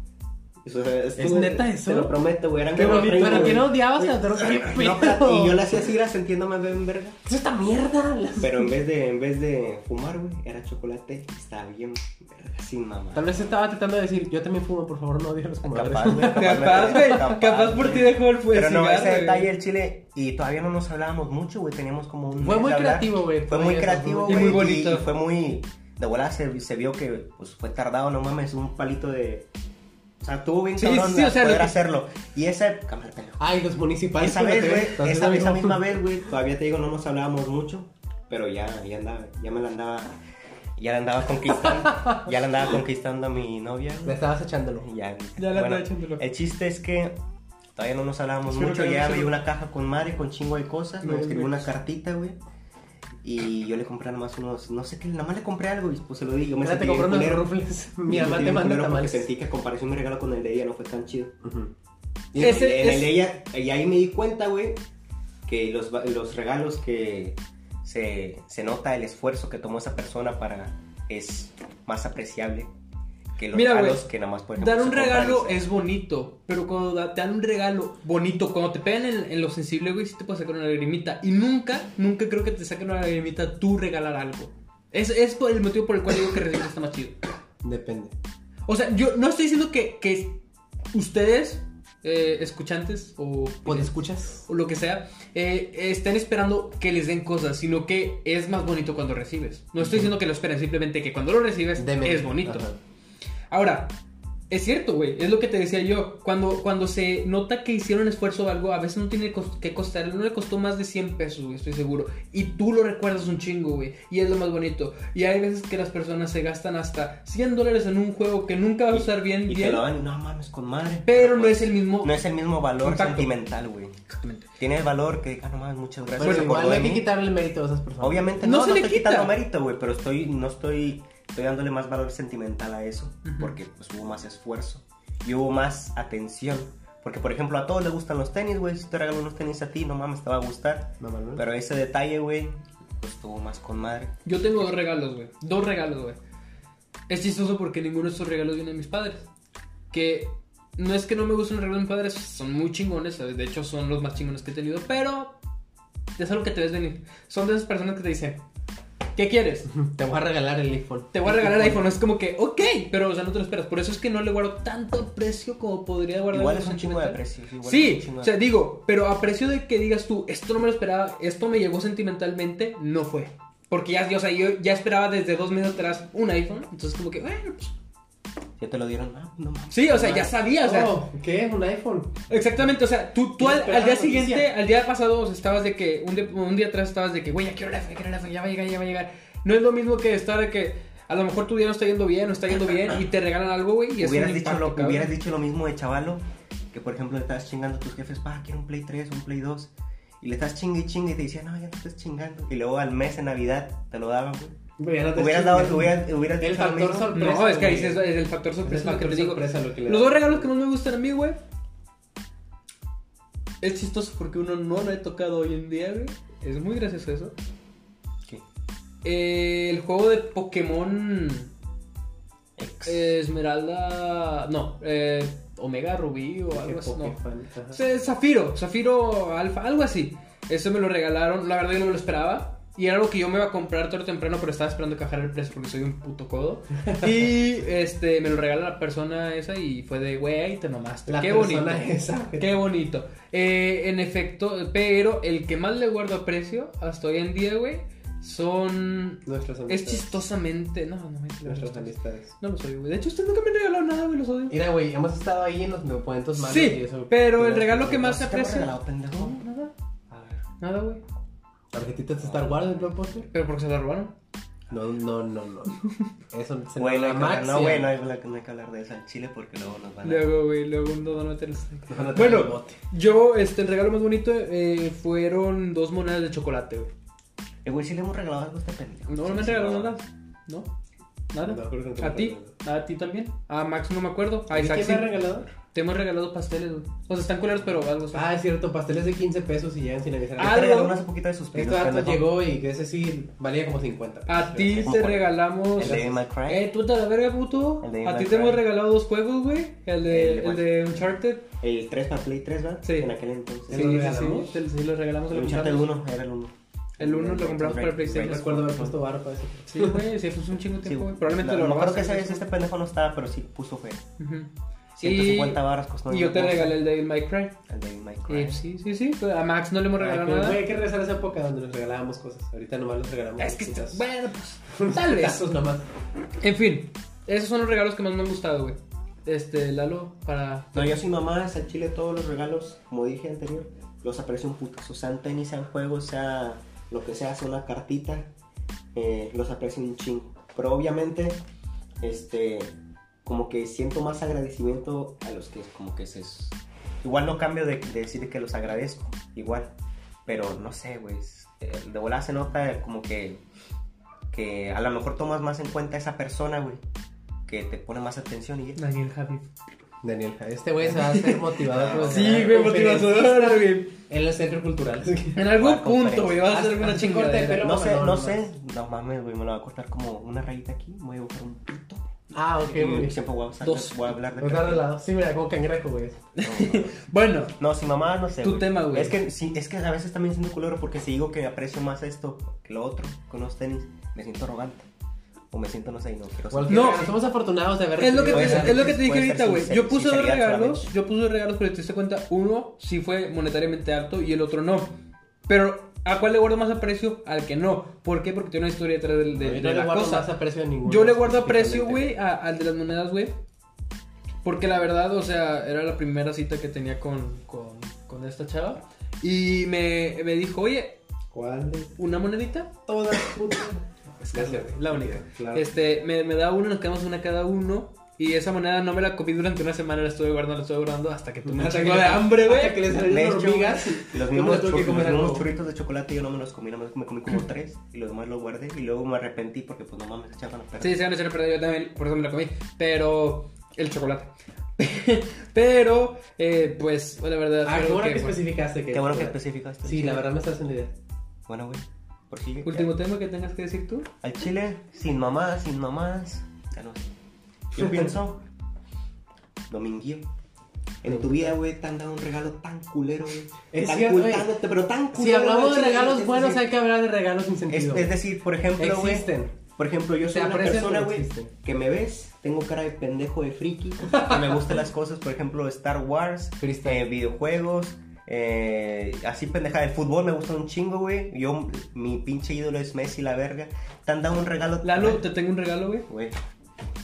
Speaker 1: Eso, o sea,
Speaker 3: ¿Es neta eso?
Speaker 1: Te lo prometo, güey. Eran
Speaker 3: Qué
Speaker 1: como
Speaker 3: bonito.
Speaker 1: 30,
Speaker 3: Pero que
Speaker 1: güey.
Speaker 3: no odiabas a la droga. qué
Speaker 1: No, pero-
Speaker 3: pedo.
Speaker 1: y yo la hacía así, la sintiendo más bien verga.
Speaker 3: ¿Qué es esta mierda? Las-
Speaker 1: Pero en vez de, en vez de fumar, güey, era chocolate. Estaba bien verga, sin mamá.
Speaker 3: Tal vez estaba tratando de decir, yo también fumo, por favor, no odie a los fumadores.
Speaker 1: Capaz, güey.
Speaker 2: Capaz,
Speaker 1: me-
Speaker 2: güey. Capaz por ti
Speaker 1: güey.
Speaker 2: dejó el fue
Speaker 1: Pero no,
Speaker 2: cigarro,
Speaker 1: ese
Speaker 2: güey.
Speaker 1: detalle el chile. Y todavía no nos hablábamos mucho, güey. Teníamos como un.
Speaker 3: Fue
Speaker 1: mes
Speaker 3: muy
Speaker 1: de hablar.
Speaker 3: creativo, güey,
Speaker 1: Fue
Speaker 3: todo
Speaker 1: muy
Speaker 3: eso,
Speaker 1: creativo,
Speaker 3: ¿no?
Speaker 1: güey.
Speaker 2: Y muy bonito.
Speaker 1: Y fue muy. De volada se, se vio que pues, fue tardado, no mames, un palito de. O sea, tuvo bien
Speaker 2: Sí,
Speaker 1: cabrón
Speaker 2: sí, sí,
Speaker 1: de
Speaker 2: o sea, lo
Speaker 1: poder
Speaker 2: que-
Speaker 1: hacerlo. Y ese. cámara, pendejo.
Speaker 3: Ay, los municipales.
Speaker 1: Esa
Speaker 3: cuando
Speaker 1: vez,
Speaker 3: te ven,
Speaker 1: güey,
Speaker 3: entonces,
Speaker 1: esa,
Speaker 3: lo
Speaker 1: esa
Speaker 3: mismo.
Speaker 1: misma vez, güey, todavía te digo, no nos hablábamos mucho, pero ya, ya andaba, ya me la andaba, ya la andaba conquistando, ya la andaba conquistando a mi novia,
Speaker 3: Le
Speaker 1: güey.
Speaker 3: estabas echándolo.
Speaker 1: Ya,
Speaker 2: Ya la andaba echándolo.
Speaker 1: El chiste es que todavía no nos hablábamos
Speaker 2: Espero
Speaker 1: mucho,
Speaker 2: que no
Speaker 1: ya
Speaker 2: se
Speaker 1: me dio
Speaker 2: lo-
Speaker 1: una caja con madre, con chingo de cosas,
Speaker 2: No,
Speaker 1: me escribió
Speaker 2: no.
Speaker 1: una cartita, güey. Y yo le compré nomás unos, no sé qué, nada más le compré algo y pues se lo di. Yo me
Speaker 3: Ahora te
Speaker 1: sentí
Speaker 3: compró
Speaker 1: bien
Speaker 3: unos
Speaker 1: culero.
Speaker 3: rufles.
Speaker 1: Yo
Speaker 3: Mi
Speaker 1: me
Speaker 3: mamá
Speaker 1: sentí
Speaker 3: te
Speaker 1: bien
Speaker 3: manda
Speaker 1: culero porque
Speaker 3: tamales.
Speaker 1: Sentí que a comparación mi regalo con el de ella no fue tan chido.
Speaker 3: Ujú.
Speaker 1: Y
Speaker 2: Ese-
Speaker 1: en, en el
Speaker 2: ese-
Speaker 1: de ella, y ahí me di cuenta, güey, que los, va- los regalos que se, se nota el esfuerzo que tomó esa persona para es más apreciable que los
Speaker 2: Mira,
Speaker 1: regalos
Speaker 2: güey,
Speaker 1: que nada más por ejemplo,
Speaker 2: Dar un
Speaker 1: se compran
Speaker 2: regalo
Speaker 1: y se-
Speaker 2: es bonito, pero cuando da- te dan un regalo bonito, cuando te pegan en, en lo sensible, güey, sí te puede sacar una lagrimita. Y nunca, nunca creo que te saquen una lagrimita tú regalar algo. Es, es por el motivo por el cual digo que recibir está más chido.
Speaker 3: Depende.
Speaker 2: O sea, yo no estoy diciendo que, que ustedes, eh, escuchantes o, eh,
Speaker 3: ¿Pues escuchas?
Speaker 2: o lo que sea, eh, estén esperando que les den cosas, sino que es más bonito cuando recibes. No estoy diciendo que lo esperen, simplemente que cuando lo recibes
Speaker 3: Deme.
Speaker 2: es bonito.
Speaker 3: Ajá.
Speaker 2: Ahora, es cierto, güey, es lo que te decía yo. Cuando, cuando se nota que hicieron esfuerzo o algo, a veces no tiene cos- que costar, no le costó más de 100 pesos, güey, estoy seguro. Y tú lo recuerdas un chingo, güey, y es lo más bonito. Y hay veces que las personas se gastan hasta 100 dólares en un juego que nunca vas a usar bien,
Speaker 1: Y te
Speaker 2: bien
Speaker 1: lo dan, no mames, con madre.
Speaker 2: pero no
Speaker 1: pues,
Speaker 2: es el mismo.
Speaker 1: No es el mismo valor
Speaker 2: Impacto.
Speaker 1: sentimental, güey.
Speaker 2: Exactamente.
Speaker 1: Tiene el valor que, ah, no mames, muchas gracias.
Speaker 3: Bueno,
Speaker 1: se
Speaker 3: igual
Speaker 1: acordó
Speaker 3: no
Speaker 1: de
Speaker 3: hay que
Speaker 1: mí.
Speaker 3: quitarle el mérito a esas personas.
Speaker 1: Obviamente
Speaker 2: No
Speaker 1: no,
Speaker 2: se
Speaker 1: no,
Speaker 2: le
Speaker 1: estoy
Speaker 2: quita.
Speaker 1: quitando mérito, güey, pero estoy, no estoy, estoy dándole más valor sentimental a eso,
Speaker 2: Ujú.
Speaker 1: porque pues hubo más esfuerzo y hubo más atención. Porque, por ejemplo, a todos les gustan los tenis, güey. Si te regalo unos tenis a ti, no mames, te va a gustar.
Speaker 3: Mamá, ¿no?
Speaker 1: Pero ese detalle, güey, pues tuvo más con madre.
Speaker 2: Yo tengo dos regalos, güey. Dos regalos, güey. Es chistoso porque ninguno de estos regalos viene de mis padres. Que no es que no me gusten los regalos de mis padres, son muy chingones, ¿sabes? De hecho, son los más chingones que he tenido, pero es algo que te ves venir. Son de esas personas que te dicen, ¿qué quieres?
Speaker 3: Te voy a regalar el iPhone.
Speaker 2: Te voy a regalar el iPhone. Es como que, ok, pero o sea, no te lo esperas. Por eso es que no le guardo tanto precio como podría guardar
Speaker 1: Igual
Speaker 2: algo
Speaker 1: es un chingo de
Speaker 2: sentimental.
Speaker 1: precios. igual es un
Speaker 2: Sí,
Speaker 1: chingo de-
Speaker 2: o sea, digo, pero a precio de que digas tú, esto no me lo esperaba, esto me llegó sentimentalmente, no fue. Porque ya, o sea, yo ya esperaba desde dos meses atrás un iPhone, entonces como que, bueno, pues,
Speaker 1: Ya te lo dieron, ah, no mames.
Speaker 2: sí, o sea, ya sabía, o sea,
Speaker 3: Oh, ¿Qué? ¿Un iPhone?
Speaker 2: exactamente, o sea, tú, tú al,
Speaker 3: Yo
Speaker 2: al día
Speaker 3: esperaba
Speaker 2: siguiente,
Speaker 3: noticia.
Speaker 2: al día pasado, o sea, estabas de que, un día, un día atrás estabas de que, güey, ya quiero el iPhone, ya quiero el iPhone, ya va a llegar, ya va a llegar. No es lo mismo que estar de que, a lo mejor tu día no está yendo bien, no está yendo bien, y te regalan algo, güey, y es
Speaker 1: hubieras,
Speaker 2: un
Speaker 1: dicho
Speaker 2: impacto,
Speaker 1: lo,
Speaker 2: cabrón.
Speaker 1: hubieras dicho lo mismo de chavalo, que por ejemplo le estás chingando a tus jefes, pa, quiero un Play 3, un Play 2, y le estás chingue y chingue y te decían, no, ya no estás chingando, y luego al mes de Navidad te lo daban, güey. Hubieras dado, hubieras, hubieras
Speaker 3: El
Speaker 1: dicho lo
Speaker 3: factor
Speaker 1: mismo.
Speaker 3: sorpresa.
Speaker 2: No, es que ahí
Speaker 3: güey.
Speaker 2: es, es el factor sorpresa.
Speaker 3: Es el
Speaker 2: lo que
Speaker 3: factor
Speaker 2: te digo.
Speaker 3: sorpresa lo que le
Speaker 2: Los
Speaker 3: da.
Speaker 2: dos regalos que más me gustan a mí, güey. Es chistoso porque uno no lo he tocado hoy en día, güey. Es muy gracioso eso.
Speaker 1: ¿Qué?
Speaker 2: Eh, el juego de Pokémon
Speaker 1: Ex.
Speaker 2: eh, Esmeralda. No, eh, Omega Rubí o algo así. No.
Speaker 3: Pokéfan, ajá.
Speaker 2: O sea, Zafiro, Zafiro Alfa, algo así. Eso me lo regalaron. La verdad, yo no me lo esperaba. Y era algo que yo me iba a comprar tarde o temprano, pero estaba esperando que bajara el precio porque soy un puto codo. Y este, me lo regala la persona esa y fue de, güey, te mamaste.
Speaker 3: La
Speaker 2: Qué bonito.
Speaker 3: persona esa.
Speaker 2: Qué bonito. Eh, en efecto, pero el que más le guardo precio hasta hoy en día, güey, son.
Speaker 3: Nuestras
Speaker 2: Es
Speaker 3: amistades.
Speaker 2: chistosamente. No, no me
Speaker 3: Nuestras amistades.
Speaker 2: No lo soy, güey. De hecho, usted nunca me ha regalado nada, güey, los odio.
Speaker 3: Mira, güey, hemos estado ahí en los momentos malos. y
Speaker 2: Sí,
Speaker 3: eso-
Speaker 2: pero
Speaker 3: y
Speaker 2: el
Speaker 3: las-
Speaker 2: regalo que más se
Speaker 1: ¿Qué te hemos
Speaker 2: aprecia.
Speaker 1: regalado, pendejo?
Speaker 2: No, nada.
Speaker 3: A ver.
Speaker 2: Nada, güey.
Speaker 3: ¿Tarjetitas de Star Wars del blockbuster?
Speaker 2: Pero porque se la robaron.
Speaker 3: No, no, no, no. Eso se
Speaker 1: Güey, no hay que
Speaker 3: llama
Speaker 1: hablar- no,
Speaker 3: máxima.
Speaker 1: güey, no hay, no hay que hablar de eso al chile porque luego nos van a...
Speaker 2: Luego, güey, luego no van a meter los-
Speaker 3: Nos van a tirar el
Speaker 2: Bueno,
Speaker 3: bote.
Speaker 2: yo, este, el regalo más bonito eh, fueron dos monedas de chocolate, güey.
Speaker 1: Eh, güey, sí le hemos regalado algo a este pendejo.
Speaker 2: No, no me han
Speaker 1: Sí, sí,
Speaker 2: regalado
Speaker 1: no.
Speaker 2: nada. ¿No? ¿Nada?
Speaker 3: No, creo que no te
Speaker 2: ¿A
Speaker 3: hemos
Speaker 2: ti?
Speaker 3: regalado.
Speaker 2: ¿A ti también? ¿A Ah, Max no me acuerdo? ¿A
Speaker 3: ¿Y
Speaker 2: Isaac
Speaker 3: quién
Speaker 2: sí?
Speaker 3: me ha regalado?
Speaker 2: Te hemos regalado pasteles, güey. O sea, están culeros, pero algo así.
Speaker 3: Ah, es cierto, pasteles de 15 pesos y llegan sin avisar.
Speaker 2: Ah,
Speaker 1: Te regaló
Speaker 2: Algo.
Speaker 1: unas un poquito de sus
Speaker 3: este
Speaker 1: pelos,
Speaker 3: dato
Speaker 1: pendejo.
Speaker 3: llegó y que ese sí valía como 50 pesos.
Speaker 2: A ti
Speaker 1: ¿cómo
Speaker 2: te
Speaker 1: cuál?
Speaker 2: regalamos...
Speaker 1: El de Devil May Cry.
Speaker 2: Eh, tú te la verga, puto.
Speaker 1: El de
Speaker 2: A ti
Speaker 1: Devil
Speaker 2: te
Speaker 1: May
Speaker 2: hemos
Speaker 1: Cry.
Speaker 2: regalado dos juegos, güey. El de,
Speaker 1: El de
Speaker 2: el de Uncharted.
Speaker 1: El 3 para Play 3, ¿verdad?
Speaker 2: Sí.
Speaker 1: En aquel entonces.
Speaker 2: Sí,
Speaker 3: ¿Te
Speaker 2: sí,
Speaker 3: lo
Speaker 2: sí.
Speaker 3: regalamos?
Speaker 2: Te- Sí, lo regalamos.
Speaker 1: El
Speaker 2: lo
Speaker 1: Uncharted
Speaker 2: compramos.
Speaker 1: 1 era el 1.
Speaker 2: El 1 lo compramos para PlayStation.
Speaker 3: No recuerdo haber puesto barro para ese.
Speaker 2: Sí, güey, sí, fue un chingo de
Speaker 1: Sí,
Speaker 2: tiempo, güey. Probablemente
Speaker 1: no,
Speaker 2: lo
Speaker 1: no creo
Speaker 2: robaste.
Speaker 1: que esa vez este pendejo no estaba, pero sí puso fe.
Speaker 2: Ujú.
Speaker 1: 150 barras costó.
Speaker 2: Y yo te regalé el Devil May Cry.
Speaker 1: El de My
Speaker 2: Eh, sí, sí, sí. pues, A Max no le hemos
Speaker 3: Ay,
Speaker 2: regalado
Speaker 3: pero,
Speaker 2: nada.
Speaker 3: Ah, güey, hay que regresar a esa época donde nos regalábamos cosas. Ahorita nomás nos regalamos.
Speaker 2: es que,
Speaker 3: cositas.
Speaker 2: bueno, pues, tal vez.
Speaker 3: Tazos nomás.
Speaker 2: En fin, esos son los regalos que más me han gustado, güey. Este, Lalo, para...
Speaker 1: No, yo soy mamá, es al chile todos los regalos, como dije anterior, los aprecio un putazo. Sean tenis, sean juegos, sea lo que sea, sea una cartita, eh, los aprecio un chingo. Pero obviamente, este, como que siento más agradecimiento a los que como que se... Igual no cambio de, de decir que los agradezco, igual. Pero no sé, güey, es- eh, de volada se nota como que, que a lo mejor tomas más en cuenta a esa persona, güey, que te pone más atención y ya.
Speaker 2: Daniel Javi.
Speaker 3: Daniel, este güey se va a hacer motivador.
Speaker 2: Sí, güey, motivador, güey.
Speaker 3: En el centro cultural.
Speaker 2: En algún
Speaker 1: Para
Speaker 2: punto, güey, vas a
Speaker 3: Haz-
Speaker 2: hacer una
Speaker 3: haz un corte de
Speaker 2: chingadera.
Speaker 3: pelo.
Speaker 1: No sé,
Speaker 3: Vámonos,
Speaker 1: no
Speaker 3: nomás.
Speaker 1: sé. No mames, güey, me lo va a cortar como una rayita aquí. Me voy a buscar un pito.
Speaker 3: Ah, ok,
Speaker 1: Y
Speaker 3: muy bien.
Speaker 1: siempre voy a, sacar-
Speaker 2: Dos.
Speaker 1: voy a hablar de
Speaker 3: Los de
Speaker 1: perfil.
Speaker 3: lado. Sí, mira, como cangrejo, güey.
Speaker 1: No, no, no.
Speaker 2: Bueno,
Speaker 1: No, si mamá, no sé.
Speaker 2: Tu tema, güey.
Speaker 1: Es que, sí, es que a veces también siento culero porque si digo que aprecio más esto que lo otro con los tenis, me siento arrogante. O me siento, no sé, y no quiero ser.
Speaker 3: Igual que
Speaker 2: No.
Speaker 3: cangrejo. somos afortunados de haber
Speaker 2: es lo que te,
Speaker 3: recibido
Speaker 1: Puede
Speaker 3: esa-
Speaker 1: ser-
Speaker 2: es lo que te dije
Speaker 1: puede ser
Speaker 2: ahorita, güey.
Speaker 1: sincer-
Speaker 2: Yo puse dos
Speaker 1: sinceridad
Speaker 2: regalos,
Speaker 1: solamente.
Speaker 2: yo puse dos regalos, pero te diste cuenta, uno sí fue monetariamente alto y el otro no. Pero, ¿a cuál le guardo más aprecio? Al que no. ¿Por qué? Porque tiene una historia detrás del- de,
Speaker 3: Yo
Speaker 2: de
Speaker 3: no le
Speaker 2: la
Speaker 3: guardo
Speaker 2: cosa.
Speaker 3: más aprecio a ninguno.
Speaker 2: Yo le guardo aprecio,
Speaker 3: específicamente.
Speaker 2: güey, a- al de las monedas, güey. Porque la verdad, o sea, era la primera cita que tenía con, con, con esta chava. Y me, me dijo, oye,
Speaker 3: ¿Cuál de
Speaker 2: una monedita.
Speaker 3: todas, puta?
Speaker 2: Gracias, güey, la única.
Speaker 3: Claro.
Speaker 2: Este, me, me da una, nos quedamos una cada uno. Y esa moneda no me la comí durante una semana, la estuve guardando, la estuve guardando hasta que tú me atacó de hambre,
Speaker 3: Hasta que le
Speaker 2: güey.
Speaker 1: De
Speaker 3: salieron
Speaker 1: hecho,
Speaker 3: hormigas.
Speaker 1: Los
Speaker 3: Yo me
Speaker 1: mismos,
Speaker 3: tuve
Speaker 1: chur-
Speaker 3: que comer
Speaker 1: los
Speaker 3: algo.
Speaker 1: mismos churritos de chocolate yo no me los comí, nada más me comí como tres y los demás los guardé y luego me arrepentí porque pues no mames, se echaban a perder.
Speaker 2: Sí, se van a echar a perder, yo también, por eso me la comí. Pero, el chocolate. pero, eh, pues, la verdad.
Speaker 3: Ah,
Speaker 2: fue
Speaker 3: qué
Speaker 2: algo
Speaker 3: bueno que
Speaker 2: que, bueno.
Speaker 3: especificaste que.
Speaker 1: Qué bueno que especificaste.
Speaker 3: Sí, la verdad me estás haciendo idea.
Speaker 1: Bueno, güey, por si
Speaker 2: Último tema que tengas que decir tú.
Speaker 1: Al chile, sin mamadas, sin mamadas. Ya no sé. Yo pienso, Dominguillo, en tu vida, güey, te han dado un regalo tan culero, güey.
Speaker 3: Es
Speaker 1: tan
Speaker 3: cierto,
Speaker 1: cultándote, pero tan culero.
Speaker 3: Si hablamos
Speaker 1: güey,
Speaker 3: de
Speaker 1: chile,
Speaker 3: regalos
Speaker 1: es
Speaker 3: buenos,
Speaker 1: decir,
Speaker 3: hay que hablar de regalos sin
Speaker 1: es,
Speaker 3: sentido.
Speaker 1: es decir, por ejemplo, güey.
Speaker 3: Existen.
Speaker 1: Por ejemplo, yo
Speaker 3: Se
Speaker 1: soy una
Speaker 3: aprecian,
Speaker 1: persona,
Speaker 3: pero
Speaker 1: güey,
Speaker 3: existen.
Speaker 1: que me ves, tengo cara de pendejo de friki, que me gustan las cosas, por ejemplo, Star Wars,
Speaker 3: Freestyle.
Speaker 1: eh, videojuegos, eh, así pendeja de fútbol, me gusta un chingo, güey. Yo, mi pinche ídolo es Messi, la verga. Te han dado un regalo.
Speaker 2: Lalo, te tengo un regalo, güey.
Speaker 1: Güey,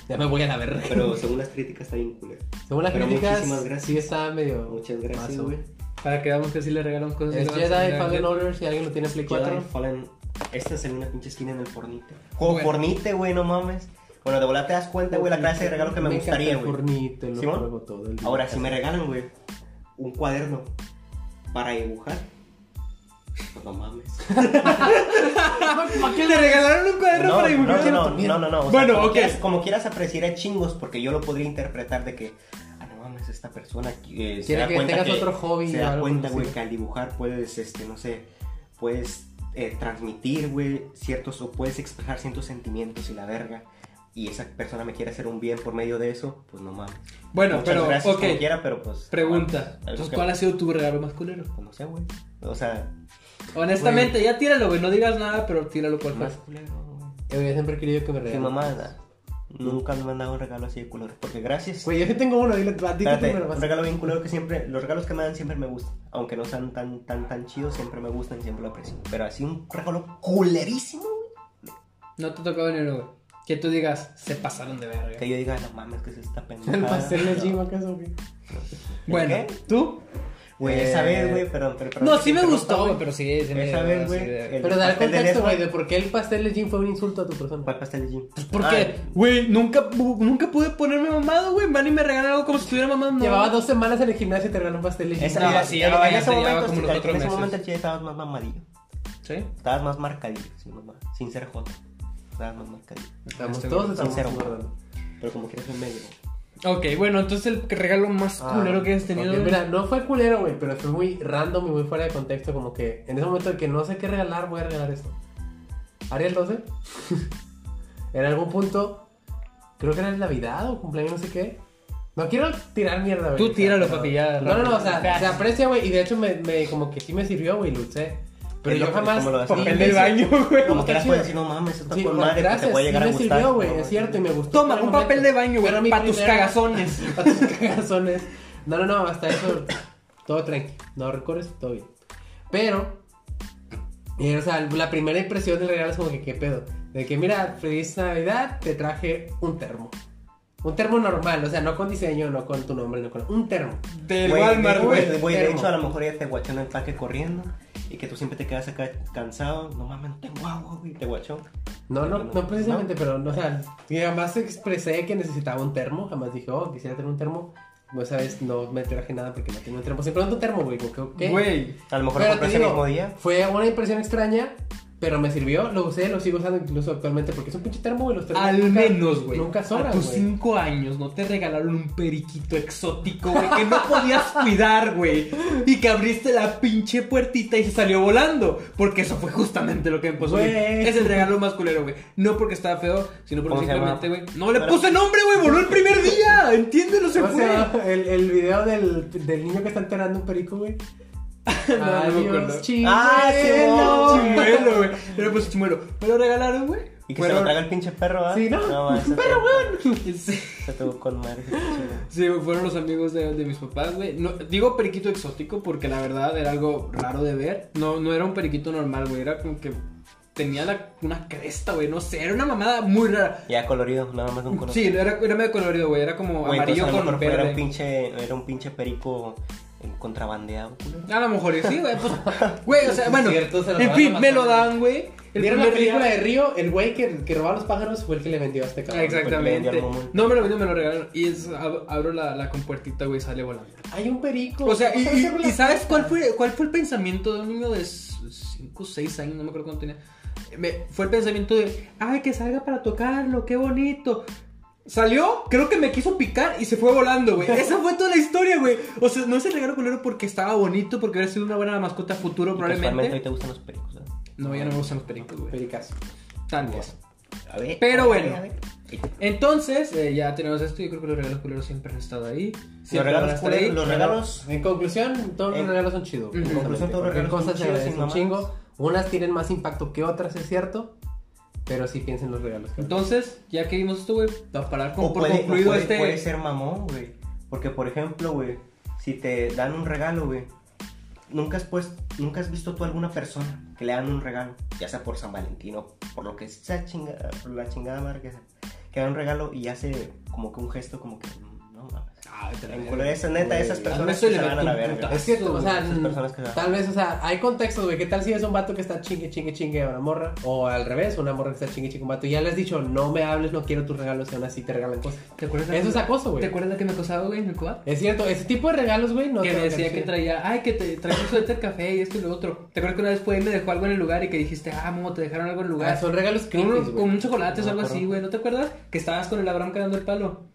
Speaker 3: Ya me voy a la verga.
Speaker 1: pero según las críticas está bien culero.
Speaker 3: Según las
Speaker 1: Pero
Speaker 3: críticas,
Speaker 1: muchísimas gracias.
Speaker 3: sí está medio.
Speaker 1: Muchas gracias,
Speaker 3: mazo.
Speaker 1: güey.
Speaker 2: Para que veamos que sí le regalamos cosas.
Speaker 3: Es
Speaker 2: y le
Speaker 3: Jedi
Speaker 2: vamos a
Speaker 3: Fallen
Speaker 2: regalar.
Speaker 3: Order, si alguien lo tiene Play
Speaker 1: Jedi
Speaker 3: 4.
Speaker 1: Fallen. Esta es en una pinche esquina en el Fornite. Juego
Speaker 2: Bueno.
Speaker 1: Fornite, güey, no mames. Bueno, de volada te das cuenta, güey, la clase de regalo que me,
Speaker 3: encanta
Speaker 1: gustaría,
Speaker 3: el
Speaker 1: güey.
Speaker 3: Fornite, lo
Speaker 1: ¿Simón?
Speaker 3: juego todo el día.
Speaker 1: Ahora, si me regalan, güey, un cuaderno para dibujar, pues no mames.
Speaker 3: ¿Para qué
Speaker 2: ¿Le regalaron un cuaderno
Speaker 1: No,
Speaker 2: para
Speaker 1: no,
Speaker 2: dibujar?
Speaker 1: no, no, no, no, no, o sea,
Speaker 2: Bueno,
Speaker 1: como
Speaker 2: ok.
Speaker 1: Quieras, como quieras apreciar a chingos, porque yo lo podría interpretar de que, ah, no mames, esta persona eh, se
Speaker 3: Quiere
Speaker 1: da
Speaker 3: que
Speaker 1: cuenta
Speaker 3: tengas otro hobby
Speaker 1: Se
Speaker 3: o
Speaker 1: da
Speaker 3: algo
Speaker 1: cuenta,
Speaker 3: así.
Speaker 1: güey, que al dibujar puedes, este, no sé, puedes eh, transmitir, güey, ciertos, o puedes expresar ciertos sentimientos y la verga. y esa persona me quiere hacer un bien por medio de eso, pues no mames.
Speaker 2: Bueno,
Speaker 1: Muchas
Speaker 2: pero,
Speaker 1: gracias
Speaker 2: ok.
Speaker 1: como quiera, pero pues.
Speaker 2: Pregunta.
Speaker 1: mames, algo
Speaker 2: Entonces,
Speaker 1: que-
Speaker 2: ¿cuál ha sido tu regalo más culero?
Speaker 1: Pues no sé, güey. O sea,
Speaker 2: Honestamente, ya tíralo, güey. No digas nada, pero tíralo cual
Speaker 1: Pues, más
Speaker 2: fue.
Speaker 1: culero, güey.
Speaker 3: Yo siempre he querido que me
Speaker 1: Qué
Speaker 3: regalen.
Speaker 1: mamada. Nunca me han dado un regalo así de color. Porque gracias.
Speaker 3: Güey, yo sí tengo uno, dile, va, di que tú
Speaker 1: Espérate,
Speaker 3: me lo vas
Speaker 1: un
Speaker 3: a-
Speaker 1: regalo bien culero que siempre, los regalos que me dan siempre me gustan, aunque no sean tan, tan, tan chidos, siempre me gustan y siempre lo aprecio. Pero así un regalo culerísimo, güey,
Speaker 2: No te tocó venir, güey. Que tú digas, se pasaron de verga.
Speaker 1: que yo diga, no mames, que es esta pendejada.
Speaker 3: El pastel de Jim, ¿acaso? güey?
Speaker 2: Bueno,
Speaker 1: ¿Qué?
Speaker 2: ¿tú?
Speaker 1: Güey, esa vez, güey, perdón, pero... perdón
Speaker 2: No,
Speaker 1: que
Speaker 2: sí
Speaker 1: te
Speaker 2: me
Speaker 1: interrumpa,
Speaker 2: gustó, güey, pero sí. sí me
Speaker 1: Esa vez, güey,
Speaker 2: sí, de-
Speaker 1: el-
Speaker 3: Pero dar
Speaker 1: pastel de
Speaker 3: contexto,
Speaker 1: Nesma.
Speaker 3: güey, de por qué el pastel de Jim fue un insulto a tu persona.
Speaker 1: ¿Cuál pastel de Jim?
Speaker 2: Pues, Porque,
Speaker 1: Ah,
Speaker 2: güey, nunca, pu- nunca pude ponerme mamado, güey. Van y me regalan algo como si estuviera mamado. No.
Speaker 3: Llevaba dos semanas en el gimnasio y te regaló un pastel de Jim.
Speaker 1: esa,
Speaker 2: No,
Speaker 1: vida-
Speaker 2: sí, ya
Speaker 1: en,
Speaker 2: lo
Speaker 1: en
Speaker 2: bañaste,
Speaker 1: ese
Speaker 2: llevaba
Speaker 1: momento,
Speaker 2: como
Speaker 1: sí,
Speaker 2: unos
Speaker 1: en
Speaker 2: cuatro
Speaker 1: ese
Speaker 2: meses.
Speaker 1: momento el chile estabas más mamadillo,
Speaker 2: ¿Sí?
Speaker 1: estabas más marcadillo, sin, mamá, sin ser joto, estabas más marcadillo.
Speaker 3: Estamos
Speaker 2: Estoy
Speaker 3: todos,
Speaker 1: bien
Speaker 3: estamos
Speaker 1: sincero,
Speaker 3: gordos.
Speaker 1: Este güey. Pero como quieres en medio,
Speaker 2: Ok, bueno, entonces el regalo más
Speaker 3: Ah,
Speaker 2: culero que has tenido.
Speaker 3: ok,
Speaker 2: güey.
Speaker 3: Mira, no fue culero, güey, pero fue muy random y muy fuera de contexto. Como que en ese momento de que no sé qué regalar, voy a regalar esto. Ariel 12. en algún punto, creo que era en Navidad o cumpleaños, no sé qué. No quiero tirar mierda, güey.
Speaker 2: Tú
Speaker 3: o sea,
Speaker 2: tíralo,
Speaker 3: pero-
Speaker 2: papi, ya,
Speaker 3: No, no, no, o
Speaker 2: rápido.
Speaker 3: sea, se aprecia, güey. Y de hecho, me, me- como que sí me sirvió, güey, lo usé. Pero
Speaker 1: Es
Speaker 3: yo
Speaker 1: lo- es
Speaker 3: jamás.
Speaker 1: como lo haces.
Speaker 3: sí,
Speaker 2: Papel del
Speaker 3: sí,
Speaker 2: baño, güey.
Speaker 1: Como
Speaker 3: está
Speaker 1: quieras
Speaker 3: chido.
Speaker 1: puedes decir, no mames, esto
Speaker 3: Sí,
Speaker 1: está con
Speaker 3: bueno,
Speaker 1: madre, que te
Speaker 3: gracias,
Speaker 1: puede
Speaker 3: sí
Speaker 1: llegar a
Speaker 3: me
Speaker 1: gustar.
Speaker 3: sirvió, güey,
Speaker 1: No,
Speaker 3: es cierto, y me gustó.
Speaker 2: Toma, un
Speaker 3: Pero
Speaker 2: papel de baño,
Speaker 3: pero
Speaker 2: güey,
Speaker 3: mi
Speaker 2: para tus
Speaker 3: primera-
Speaker 2: cagazones.
Speaker 3: A tus cagazones. No, no, no, hasta eso. Todo tranqui. No recorres, todo bien. Pero. eh, o sea, la primera impresión del regalo es como que, ¿qué pedo? De que, mira, feliz Navidad, te traje un termo. Un termo normal, o sea, no con diseño, no con tu nombre, no con. Un termo.
Speaker 2: Del
Speaker 1: Güey,
Speaker 2: Walmart,
Speaker 1: de-
Speaker 2: güey.
Speaker 1: güey, de
Speaker 3: Termo.
Speaker 1: hecho, a lo mejor ya te guachó en el parque corriendo y que tú siempre te quedas acá cansado. No mames, tengo agua, güey. Te guachó.
Speaker 3: No, no, no precisamente,
Speaker 1: No.
Speaker 3: pero, no, o sea, y jamás expresé que necesitaba un termo, jamás dije, oh, quisiera tener un termo. No sabes, no me traje nada porque no tenía un termo. Siempre ando un termo, güey, como que, ok.
Speaker 2: Güey.
Speaker 1: A lo mejor lo
Speaker 3: Pero te
Speaker 1: compraste el
Speaker 3: digo,
Speaker 1: mismo día.
Speaker 3: fue una impresión extraña, pero me sirvió, lo usé, lo sigo usando incluso actualmente porque es un pinche termo, güey, los termos
Speaker 2: Al
Speaker 3: nunca-
Speaker 2: menos, güey.
Speaker 3: Nunca
Speaker 2: A
Speaker 3: sobran,
Speaker 2: tus
Speaker 3: güey.
Speaker 2: cinco años no te regalaron un periquito exótico, güey, que no podías cuidar, güey. Y que abriste la pinche puertita y se salió volando. Porque eso fue justamente lo que me pasó. a mí.
Speaker 3: Güey.
Speaker 2: Es el regalo más culero, güey. No porque estaba feo, sino porque
Speaker 1: ¿Cómo se
Speaker 2: simplemente, güey.
Speaker 1: llama?
Speaker 2: No le
Speaker 1: Pero-
Speaker 2: puse nombre, güey. Voló el primer día. Entiéndelo, se
Speaker 3: O
Speaker 2: fue.
Speaker 3: sea, el, el video del, del niño que está enterando un perico, güey.
Speaker 2: No, no me acuerdo.
Speaker 3: Adiós, chimuelo.
Speaker 1: Ah, Simón.
Speaker 2: Chimuelo, güey. Pero pues chimuelo. Me lo regalaron, güey.
Speaker 1: Y que se
Speaker 2: Fueron-
Speaker 1: lo traga el pinche perro, ¿ah?
Speaker 3: Sí, ¿no?
Speaker 1: mames, se
Speaker 3: Pero,
Speaker 1: te-
Speaker 3: güey.
Speaker 2: Sí.
Speaker 1: Se tuvo con madre. ese pinche-
Speaker 2: Sí, güey, fueron los amigos de, de mis papás, güey. No, digo periquito exótico porque la verdad era algo raro de ver. No, no era un periquito normal, güey. Era como que tenía la- una cresta, güey. No sé, era una mamada muy rara.
Speaker 1: Ya colorido, nada más de un color.
Speaker 2: Sí, era, era medio colorido, güey. Era como
Speaker 1: Güey, entonces,
Speaker 2: amarillo
Speaker 1: a lo
Speaker 2: con
Speaker 1: mejor fue- Era un
Speaker 2: verde.
Speaker 1: pinche, era un pinche perico eh, contrabandeado. culero.
Speaker 2: A lo mejor y sí, güey. Pues, güey, o sea, bueno.
Speaker 3: Cierto, se lo
Speaker 2: en
Speaker 3: van
Speaker 2: fin,
Speaker 3: a
Speaker 2: me lo
Speaker 3: pasar.
Speaker 2: dan, güey. El
Speaker 3: ¿Vieron la
Speaker 2: primer día-
Speaker 3: película
Speaker 1: Pues,
Speaker 3: de Río? El güey que, que robaba los pájaros fue el que le vendió a este
Speaker 2: Ah,
Speaker 3: cabrón.
Speaker 1: vendió
Speaker 2: Exactamente.
Speaker 1: al momento.
Speaker 2: No me lo vendió, me lo regalaron. Y es, ab- abro la, la compuertita, güey, y sale volando.
Speaker 3: Hay un perico.
Speaker 2: O sea, y,
Speaker 3: ¿Cómo se
Speaker 2: y-
Speaker 3: abre
Speaker 2: y
Speaker 3: la
Speaker 2: ¿sabes
Speaker 3: puerta?
Speaker 2: cuál fue, cuál fue el pensamiento de un niño de 5 o 6 años? No me acuerdo cuánto tenía. Me- fue el pensamiento de, ay, que salga para tocarlo, qué bonito. Salió, creo que me quiso picar y se fue volando, güey. Esa fue toda la historia, güey. O sea, no es el regalo culero porque estaba bonito, porque hubiera sido una buena mascota a futuro,
Speaker 1: Y casualmente hoy
Speaker 2: probablemente.
Speaker 1: te gustan los pericos, ¿eh?
Speaker 2: No, ya no me gustan los pericos, güey.
Speaker 3: Pericazo.
Speaker 2: Tantos.
Speaker 1: A ver.
Speaker 2: Pero
Speaker 1: a ver,
Speaker 2: bueno.
Speaker 1: a ver.
Speaker 2: Entonces, eh, ya tenemos esto. Yo creo que los regalos culeros siempre han estado ahí.
Speaker 1: Los
Speaker 2: Siempre van a
Speaker 1: regalos,
Speaker 2: estar ahí.
Speaker 1: culeros, los regalos.
Speaker 3: En conclusión, todos
Speaker 1: En-
Speaker 3: los regalos son chidos.
Speaker 2: en
Speaker 1: conclusión, todos los
Speaker 3: Cualquier
Speaker 1: regalos son
Speaker 3: cosa se
Speaker 1: chidos,
Speaker 3: agradece
Speaker 1: sin
Speaker 3: un
Speaker 1: mamadas.
Speaker 3: chingo. Unas tienen más impacto que otras, es cierto. Pero sí piensen los regalos. cabrón.
Speaker 2: Entonces, ya que vimos esto, güey, para parar con,
Speaker 1: O
Speaker 2: por
Speaker 1: puede, o
Speaker 2: concluido
Speaker 1: puede-
Speaker 2: este.
Speaker 1: puede ser mamón, güey. Porque, por ejemplo, güey, si te dan un regalo, güey, nunca has, pues, nunca has visto tú alguna persona que le dan un regalo, ya sea por San Valentín o por lo que sea chingada, por la chingada madre que sea, que dan un regalo y hace como que un gesto, como que, mm, no mames.
Speaker 2: Ah, vete a la
Speaker 1: En
Speaker 2: verga.
Speaker 1: color, esa neta,
Speaker 2: Güey,
Speaker 1: esas
Speaker 2: hazme
Speaker 1: personas
Speaker 2: eso y
Speaker 1: que
Speaker 2: le
Speaker 1: se van a la
Speaker 2: meto un
Speaker 1: verga.
Speaker 2: putazo.
Speaker 3: Es cierto, o sea,
Speaker 1: Esas
Speaker 3: n-
Speaker 1: personas que se-
Speaker 3: tal vez, o sea, hay contextos, güey. ¿Qué tal si es un vato que está chingue, chingue, chingue a una morra? O al revés, una morra que está chingue, chingue a un vato. Y ya le has dicho, no me hables, no quiero tus regalos, y aún así te regalan cosas.
Speaker 2: ¿Te acuerdas
Speaker 3: Eso es acoso,
Speaker 2: ¿Te
Speaker 3: güey.
Speaker 2: acuerdas que me acosaba, güey, en el coad?
Speaker 3: Es cierto, ese tipo de regalos, güey, no
Speaker 2: que
Speaker 3: te
Speaker 2: me
Speaker 3: lo
Speaker 2: decía que
Speaker 3: agradecen.
Speaker 2: traía, ay, que te traía un suéter café y esto y lo otro. ¿Te acuerdas que una vez fue y me dejó algo en el lugar y que dijiste, ah, momo, te dejaron algo en el lugar?
Speaker 3: Ah, son regalos
Speaker 2: Con, uno-
Speaker 3: creepy,
Speaker 2: con
Speaker 3: güey.
Speaker 2: un chocolate o
Speaker 3: No,
Speaker 2: algo así,
Speaker 3: pero-
Speaker 2: güey, ¿no te acuerdas? Que estabas con el Abraham cagando el palo.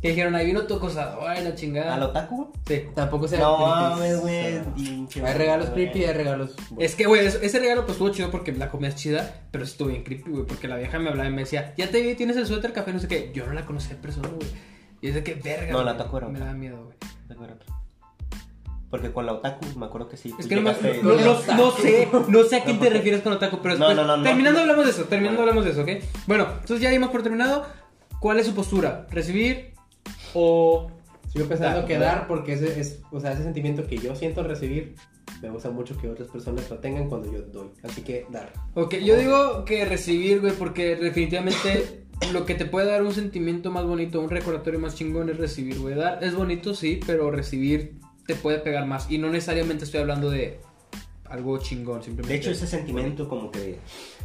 Speaker 2: Que dijeron, ahí vino tu acosadora y la chingada.
Speaker 1: ¿Al otaku?
Speaker 2: Sí.
Speaker 3: Tampoco se
Speaker 1: No mames,
Speaker 2: eh,
Speaker 1: güey. pinche
Speaker 3: Hay regalos creepy y hay
Speaker 1: madre.
Speaker 3: regalos.
Speaker 2: Es que, güey, es- ese regalo pues estuvo chido porque la comida es chida, pero estuvo bien creepy, güey, porque la vieja me hablaba y me decía, ya te vi, tienes el suéter café, no sé qué. Yo no la conocía en persona, güey. Y es de que, verga,
Speaker 1: No,
Speaker 2: güey,
Speaker 1: la Otaku era
Speaker 2: Me
Speaker 1: otra.
Speaker 2: da miedo, güey.
Speaker 1: Tengo otra. Porque con la otaku me acuerdo que sí.
Speaker 2: Es
Speaker 1: tú
Speaker 2: que no, me-
Speaker 1: llegaste-
Speaker 2: no, no-
Speaker 3: Otaku.
Speaker 2: no sé, no sé a quién
Speaker 1: No,
Speaker 2: te
Speaker 1: porque-
Speaker 2: refieres con otaku, pero
Speaker 1: No,
Speaker 2: después-
Speaker 1: no, no, no.
Speaker 2: terminando hablamos de eso, terminando hablamos de eso, ¿ok? Bueno, entonces ya dimos por terminado. ¿Cuál es su postura? ¿Recibir o...?
Speaker 3: Sigo pensando
Speaker 1: Dar,
Speaker 3: que
Speaker 1: dar.
Speaker 3: dar porque ese es, o sea, ese sentimiento que yo siento al recibir, me gusta mucho que otras personas lo tengan cuando yo doy. Así que dar.
Speaker 2: Ok, yo digo que recibir, güey, porque definitivamente lo que te puede dar un sentimiento más bonito, un recordatorio más chingón es recibir, güey. Dar es bonito, sí, pero recibir te puede pegar más. Y no necesariamente estoy hablando de algo chingón, simplemente.
Speaker 1: De hecho, ese sentimiento como que,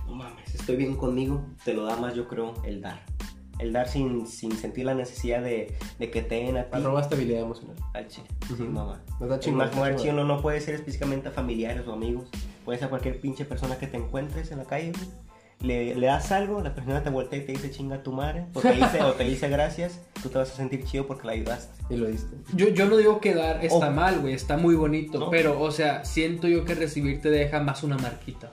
Speaker 1: no mames, estoy bien conmigo, te lo da más, yo creo, el dar. El dar sin, sin sentir la necesidad de, de que te den a ti.
Speaker 3: Arroba estabilidad emocional.
Speaker 1: Al chile.
Speaker 3: Ujú.
Speaker 1: Sí, mamá.
Speaker 3: No está
Speaker 1: El
Speaker 3: chingón,
Speaker 1: más
Speaker 3: está
Speaker 1: comercio
Speaker 3: chingón.
Speaker 1: no, no puede ser específicamente a familiares o amigos. Puede ser a cualquier pinche persona que te encuentres en la calle. güey. Le, le das algo, la persona te voltea y te dice chinga tu madre. O te dice, o te dice gracias. Tú te vas a sentir chido porque la ayudaste.
Speaker 3: Y lo diste.
Speaker 2: Yo, yo no digo que dar está
Speaker 1: Oh.
Speaker 2: mal, güey, está muy bonito,
Speaker 1: No.
Speaker 2: pero, o sea, siento yo que recibir te deja más una marquita.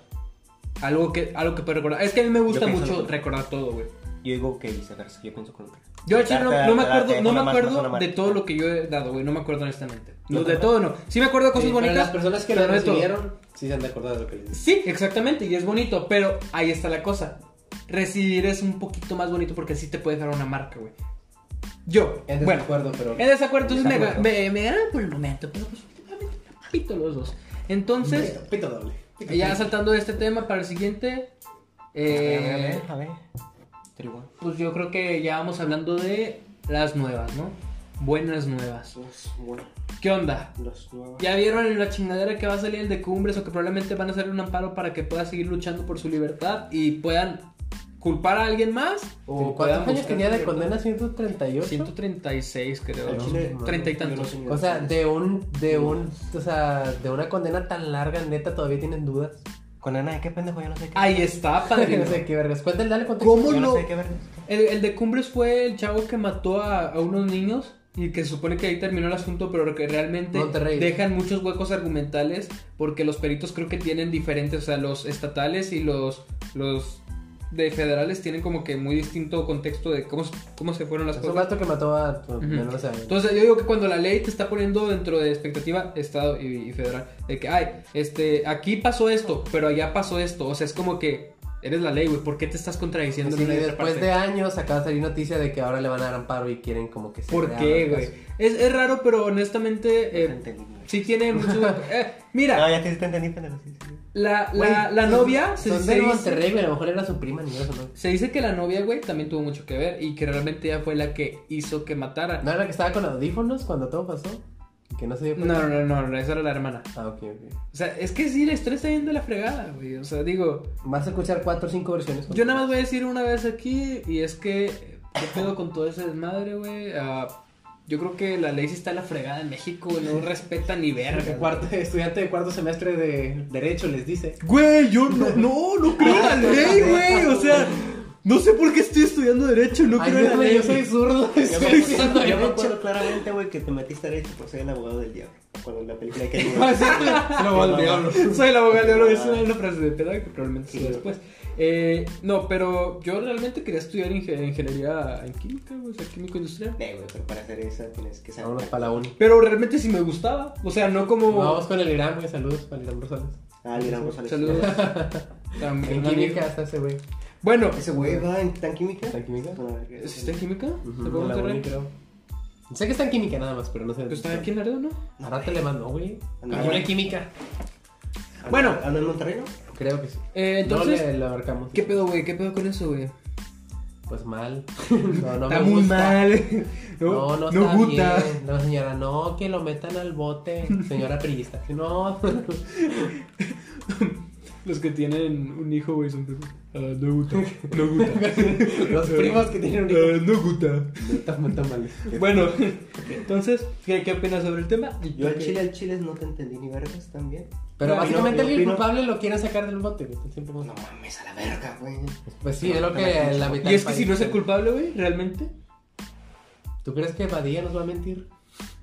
Speaker 2: Algo que, algo que puedes recordar. Es que a mí me gusta
Speaker 1: pienso
Speaker 2: mucho
Speaker 1: lo-
Speaker 2: recordar todo, güey.
Speaker 1: Yo digo que viceversa. Yo pienso con
Speaker 2: Yo al chile no, no me acuerdo, no me acuerdo de
Speaker 1: marca.
Speaker 2: todo lo que yo he dado, güey. No me acuerdo honestamente.
Speaker 1: No
Speaker 2: No,
Speaker 1: te
Speaker 2: de todo no. Sí me acuerdo de cosas
Speaker 3: Sí, pero
Speaker 2: bonitas.
Speaker 3: Las personas que lo
Speaker 2: pero no de todo.
Speaker 3: recibieron, sí se han de acordar de lo que les diste.
Speaker 2: Sí, exactamente. Y es bonito, pero ahí está la cosa. Recibir es un poquito más bonito porque sí te puede dejar una marca, güey. Yo,
Speaker 3: En
Speaker 2: bueno,
Speaker 3: desacuerdo, pero.
Speaker 2: en desacuerdo, entonces me,
Speaker 3: Desacuerdo.
Speaker 2: me, me ganaron por el momento, pero pues últimamente pito los dos. Entonces,
Speaker 3: Pito, pito doble. Pito
Speaker 2: ya
Speaker 3: doble.
Speaker 2: saltando de este tema para el siguiente,
Speaker 1: A
Speaker 2: eh,
Speaker 1: ver, a ver. Tribuna.
Speaker 2: pues yo creo que ya vamos hablando de las nuevas, ¿no? Buenas nuevas.
Speaker 1: Los, bueno,
Speaker 2: ¿Qué onda?
Speaker 1: los nuevos.
Speaker 2: ¿Ya vieron la chingadera que va a salir el de Cumbres o que probablemente van a hacer un amparo para que pueda seguir luchando por su libertad y puedan culpar a alguien más? puedan
Speaker 3: O, ¿Cuántos años
Speaker 2: buscar
Speaker 3: tenía de
Speaker 2: libertad?
Speaker 3: condena? 138.
Speaker 2: 136, creo.
Speaker 1: Al
Speaker 2: ¿no?
Speaker 1: chile,
Speaker 2: Treinta y
Speaker 1: yo no
Speaker 2: tantos.
Speaker 1: sé ni
Speaker 3: O sea,
Speaker 1: dónde
Speaker 3: de un, de un, o sea, de una condena tan larga, neta, todavía tienen dudas.
Speaker 1: Con Ana, ¿qué pendejo? Yo no sé qué.
Speaker 2: Ahí está, padrino.
Speaker 3: no sé qué vergas. Cuéntale, dale contexto.
Speaker 2: ¿Cómo
Speaker 1: yo no
Speaker 2: lo...?
Speaker 1: sé qué verga.
Speaker 2: El, el de Cumbres fue el chavo que mató a, a unos niños y que se supone que ahí terminó el asunto, pero que realmente
Speaker 3: Monterrey.
Speaker 2: dejan muchos huecos argumentales porque los peritos creo que tienen diferentes, o sea, los estatales y los, los de federales tienen como que muy distinto contexto de cómo, se- cómo se fueron las
Speaker 3: Es un
Speaker 2: cosas.
Speaker 3: gato que mató a tu
Speaker 2: Ujú.
Speaker 3: menor de edad.
Speaker 2: Entonces yo digo que cuando la ley te está poniendo dentro de expectativa estado y, y federal, de que, ay, este, aquí pasó esto, pero allá pasó esto, o sea, es como que eres la ley, güey, ¿por qué te estás contradiciendo?
Speaker 3: Sí,
Speaker 2: en una y otra
Speaker 3: después
Speaker 2: parte?
Speaker 3: de años acaba de salir noticia de que ahora le van a dar amparo y quieren como que se
Speaker 2: ¿Por
Speaker 3: reabra
Speaker 2: qué,
Speaker 3: el
Speaker 2: güey?
Speaker 3: caso.
Speaker 2: Es, es raro, pero honestamente, eh,
Speaker 1: No te entendí, güey.
Speaker 2: sí tiene mucho. eh,
Speaker 1: No,
Speaker 2: mira,
Speaker 1: ya te, te entendí, pendejo. sí, sí.
Speaker 2: la, la,
Speaker 3: Güey,
Speaker 2: la
Speaker 3: son-
Speaker 2: novia se,
Speaker 3: Son
Speaker 2: se
Speaker 3: de
Speaker 2: dice,
Speaker 3: Monterrey, güey. A lo mejor era su prima, ni eso, ¿no?
Speaker 2: se dice que la novia, güey, también tuvo mucho que ver y que realmente ella fue la que hizo que matara.
Speaker 3: ¿No era la que estaba con audífonos cuando todo pasó? ¿Y Que no se dio
Speaker 2: No,
Speaker 3: cuenta.
Speaker 2: no, no, no, esa era la hermana.
Speaker 3: Ah, ok, ok.
Speaker 2: O sea, es que sí, la historia está yendo a la fregada, güey. O sea, digo,
Speaker 3: Vas a escuchar cuatro o cinco versiones.
Speaker 2: Yo nada más voy a decir una vez aquí, y es que, eh, ¿qué pedo con todo ese desmadre, güey? Ah, yo creo que la ley sí está a la fregada en México, güey, no respeta ni verga.
Speaker 3: El
Speaker 2: güey.
Speaker 3: cuarto- estudiante de cuarto semestre de Derecho les dice.
Speaker 2: Güey, yo no, no, no creo en la ley, güey. O sea, no sé por qué estoy estudiando Derecho, no
Speaker 3: Ay,
Speaker 2: creo en la
Speaker 3: déjame,
Speaker 2: ley.
Speaker 3: yo soy zurdo.
Speaker 1: Yo
Speaker 3: estoy
Speaker 1: me, yo
Speaker 3: haciendo
Speaker 1: me
Speaker 3: derecho.
Speaker 1: acuerdo claramente, güey, que te metiste a derecho por ser el abogado del diablo. Cuando la película que
Speaker 2: No, es cierto, güey. Ah, Soy el abogado del diablo. Soy el abogado del diablo. Es una, una frase de pedagogo que probablemente sea después. Eh, no, pero yo realmente quería estudiar ingen- ingeniería en química, güey, o sea, químico industrial.
Speaker 1: Eh, güey, pero para hacer eso tienes que saber.
Speaker 3: Vámonos para la uni.
Speaker 2: Pero realmente sí me gustaba. O sea, no como.
Speaker 3: Vamos con el Irán, güey. Saludos para el Irán Rosales.
Speaker 1: Ah, Lira González.
Speaker 2: Saludos. También,
Speaker 3: En
Speaker 2: un amigo.
Speaker 3: química está ese güey.
Speaker 2: Bueno,
Speaker 1: Ese güey va en tan química.
Speaker 3: ¿Tan química?
Speaker 1: Bueno, a ver, ¿qué
Speaker 2: ¿sí
Speaker 1: es?
Speaker 2: ¿está en química? ¿Te
Speaker 3: Ujú,
Speaker 2: puedo
Speaker 3: en la
Speaker 2: encontrar?
Speaker 3: uni, creo. Sé que está en química nada más, pero no sé.
Speaker 2: Pues está aquí en Laredo, ¿no?
Speaker 1: No,
Speaker 3: Ahora te le mando, güey.
Speaker 1: Anda,
Speaker 3: Hay una
Speaker 1: güey.
Speaker 3: química.
Speaker 1: ¿Anda-
Speaker 2: Bueno.
Speaker 1: ¿Anda en Monterrey, no?
Speaker 3: Creo que sí.
Speaker 2: Eh, entonces,
Speaker 3: no le, lo abarcamos.
Speaker 2: ¿qué pedo, güey? ¿Qué pedo con eso, güey?
Speaker 3: Pues mal. No, no
Speaker 2: está
Speaker 3: me
Speaker 2: muy
Speaker 3: gusta.
Speaker 2: mal.
Speaker 3: No, no, está
Speaker 2: gusta.
Speaker 3: bien. No, señora, no, que lo metan al bote. Señora Prillista. No.
Speaker 2: Los que tienen un hijo, güey, son primos. Ah, no gusta. No gusta.
Speaker 3: Los primos que tienen un hijo.
Speaker 2: Ah, no gusta.
Speaker 3: No, está muy mal.
Speaker 2: Bueno, entonces, ¿qué, qué opinas sobre el tema?
Speaker 1: Yo al chile, al chile no te entendí ni vergas también.
Speaker 3: Pero
Speaker 2: No,
Speaker 3: básicamente
Speaker 1: yo- yo
Speaker 3: el
Speaker 1: opino-
Speaker 3: culpable lo quieren sacar del bote. güey. Siempre-
Speaker 1: No mames, a la verga, güey.
Speaker 3: Pues sí, es lo que la mitad.
Speaker 2: Y es
Speaker 3: del
Speaker 2: que
Speaker 3: país
Speaker 2: si no es el
Speaker 3: quiere.
Speaker 2: culpable, güey, realmente.
Speaker 3: ¿Tú crees que Badía nos va a mentir?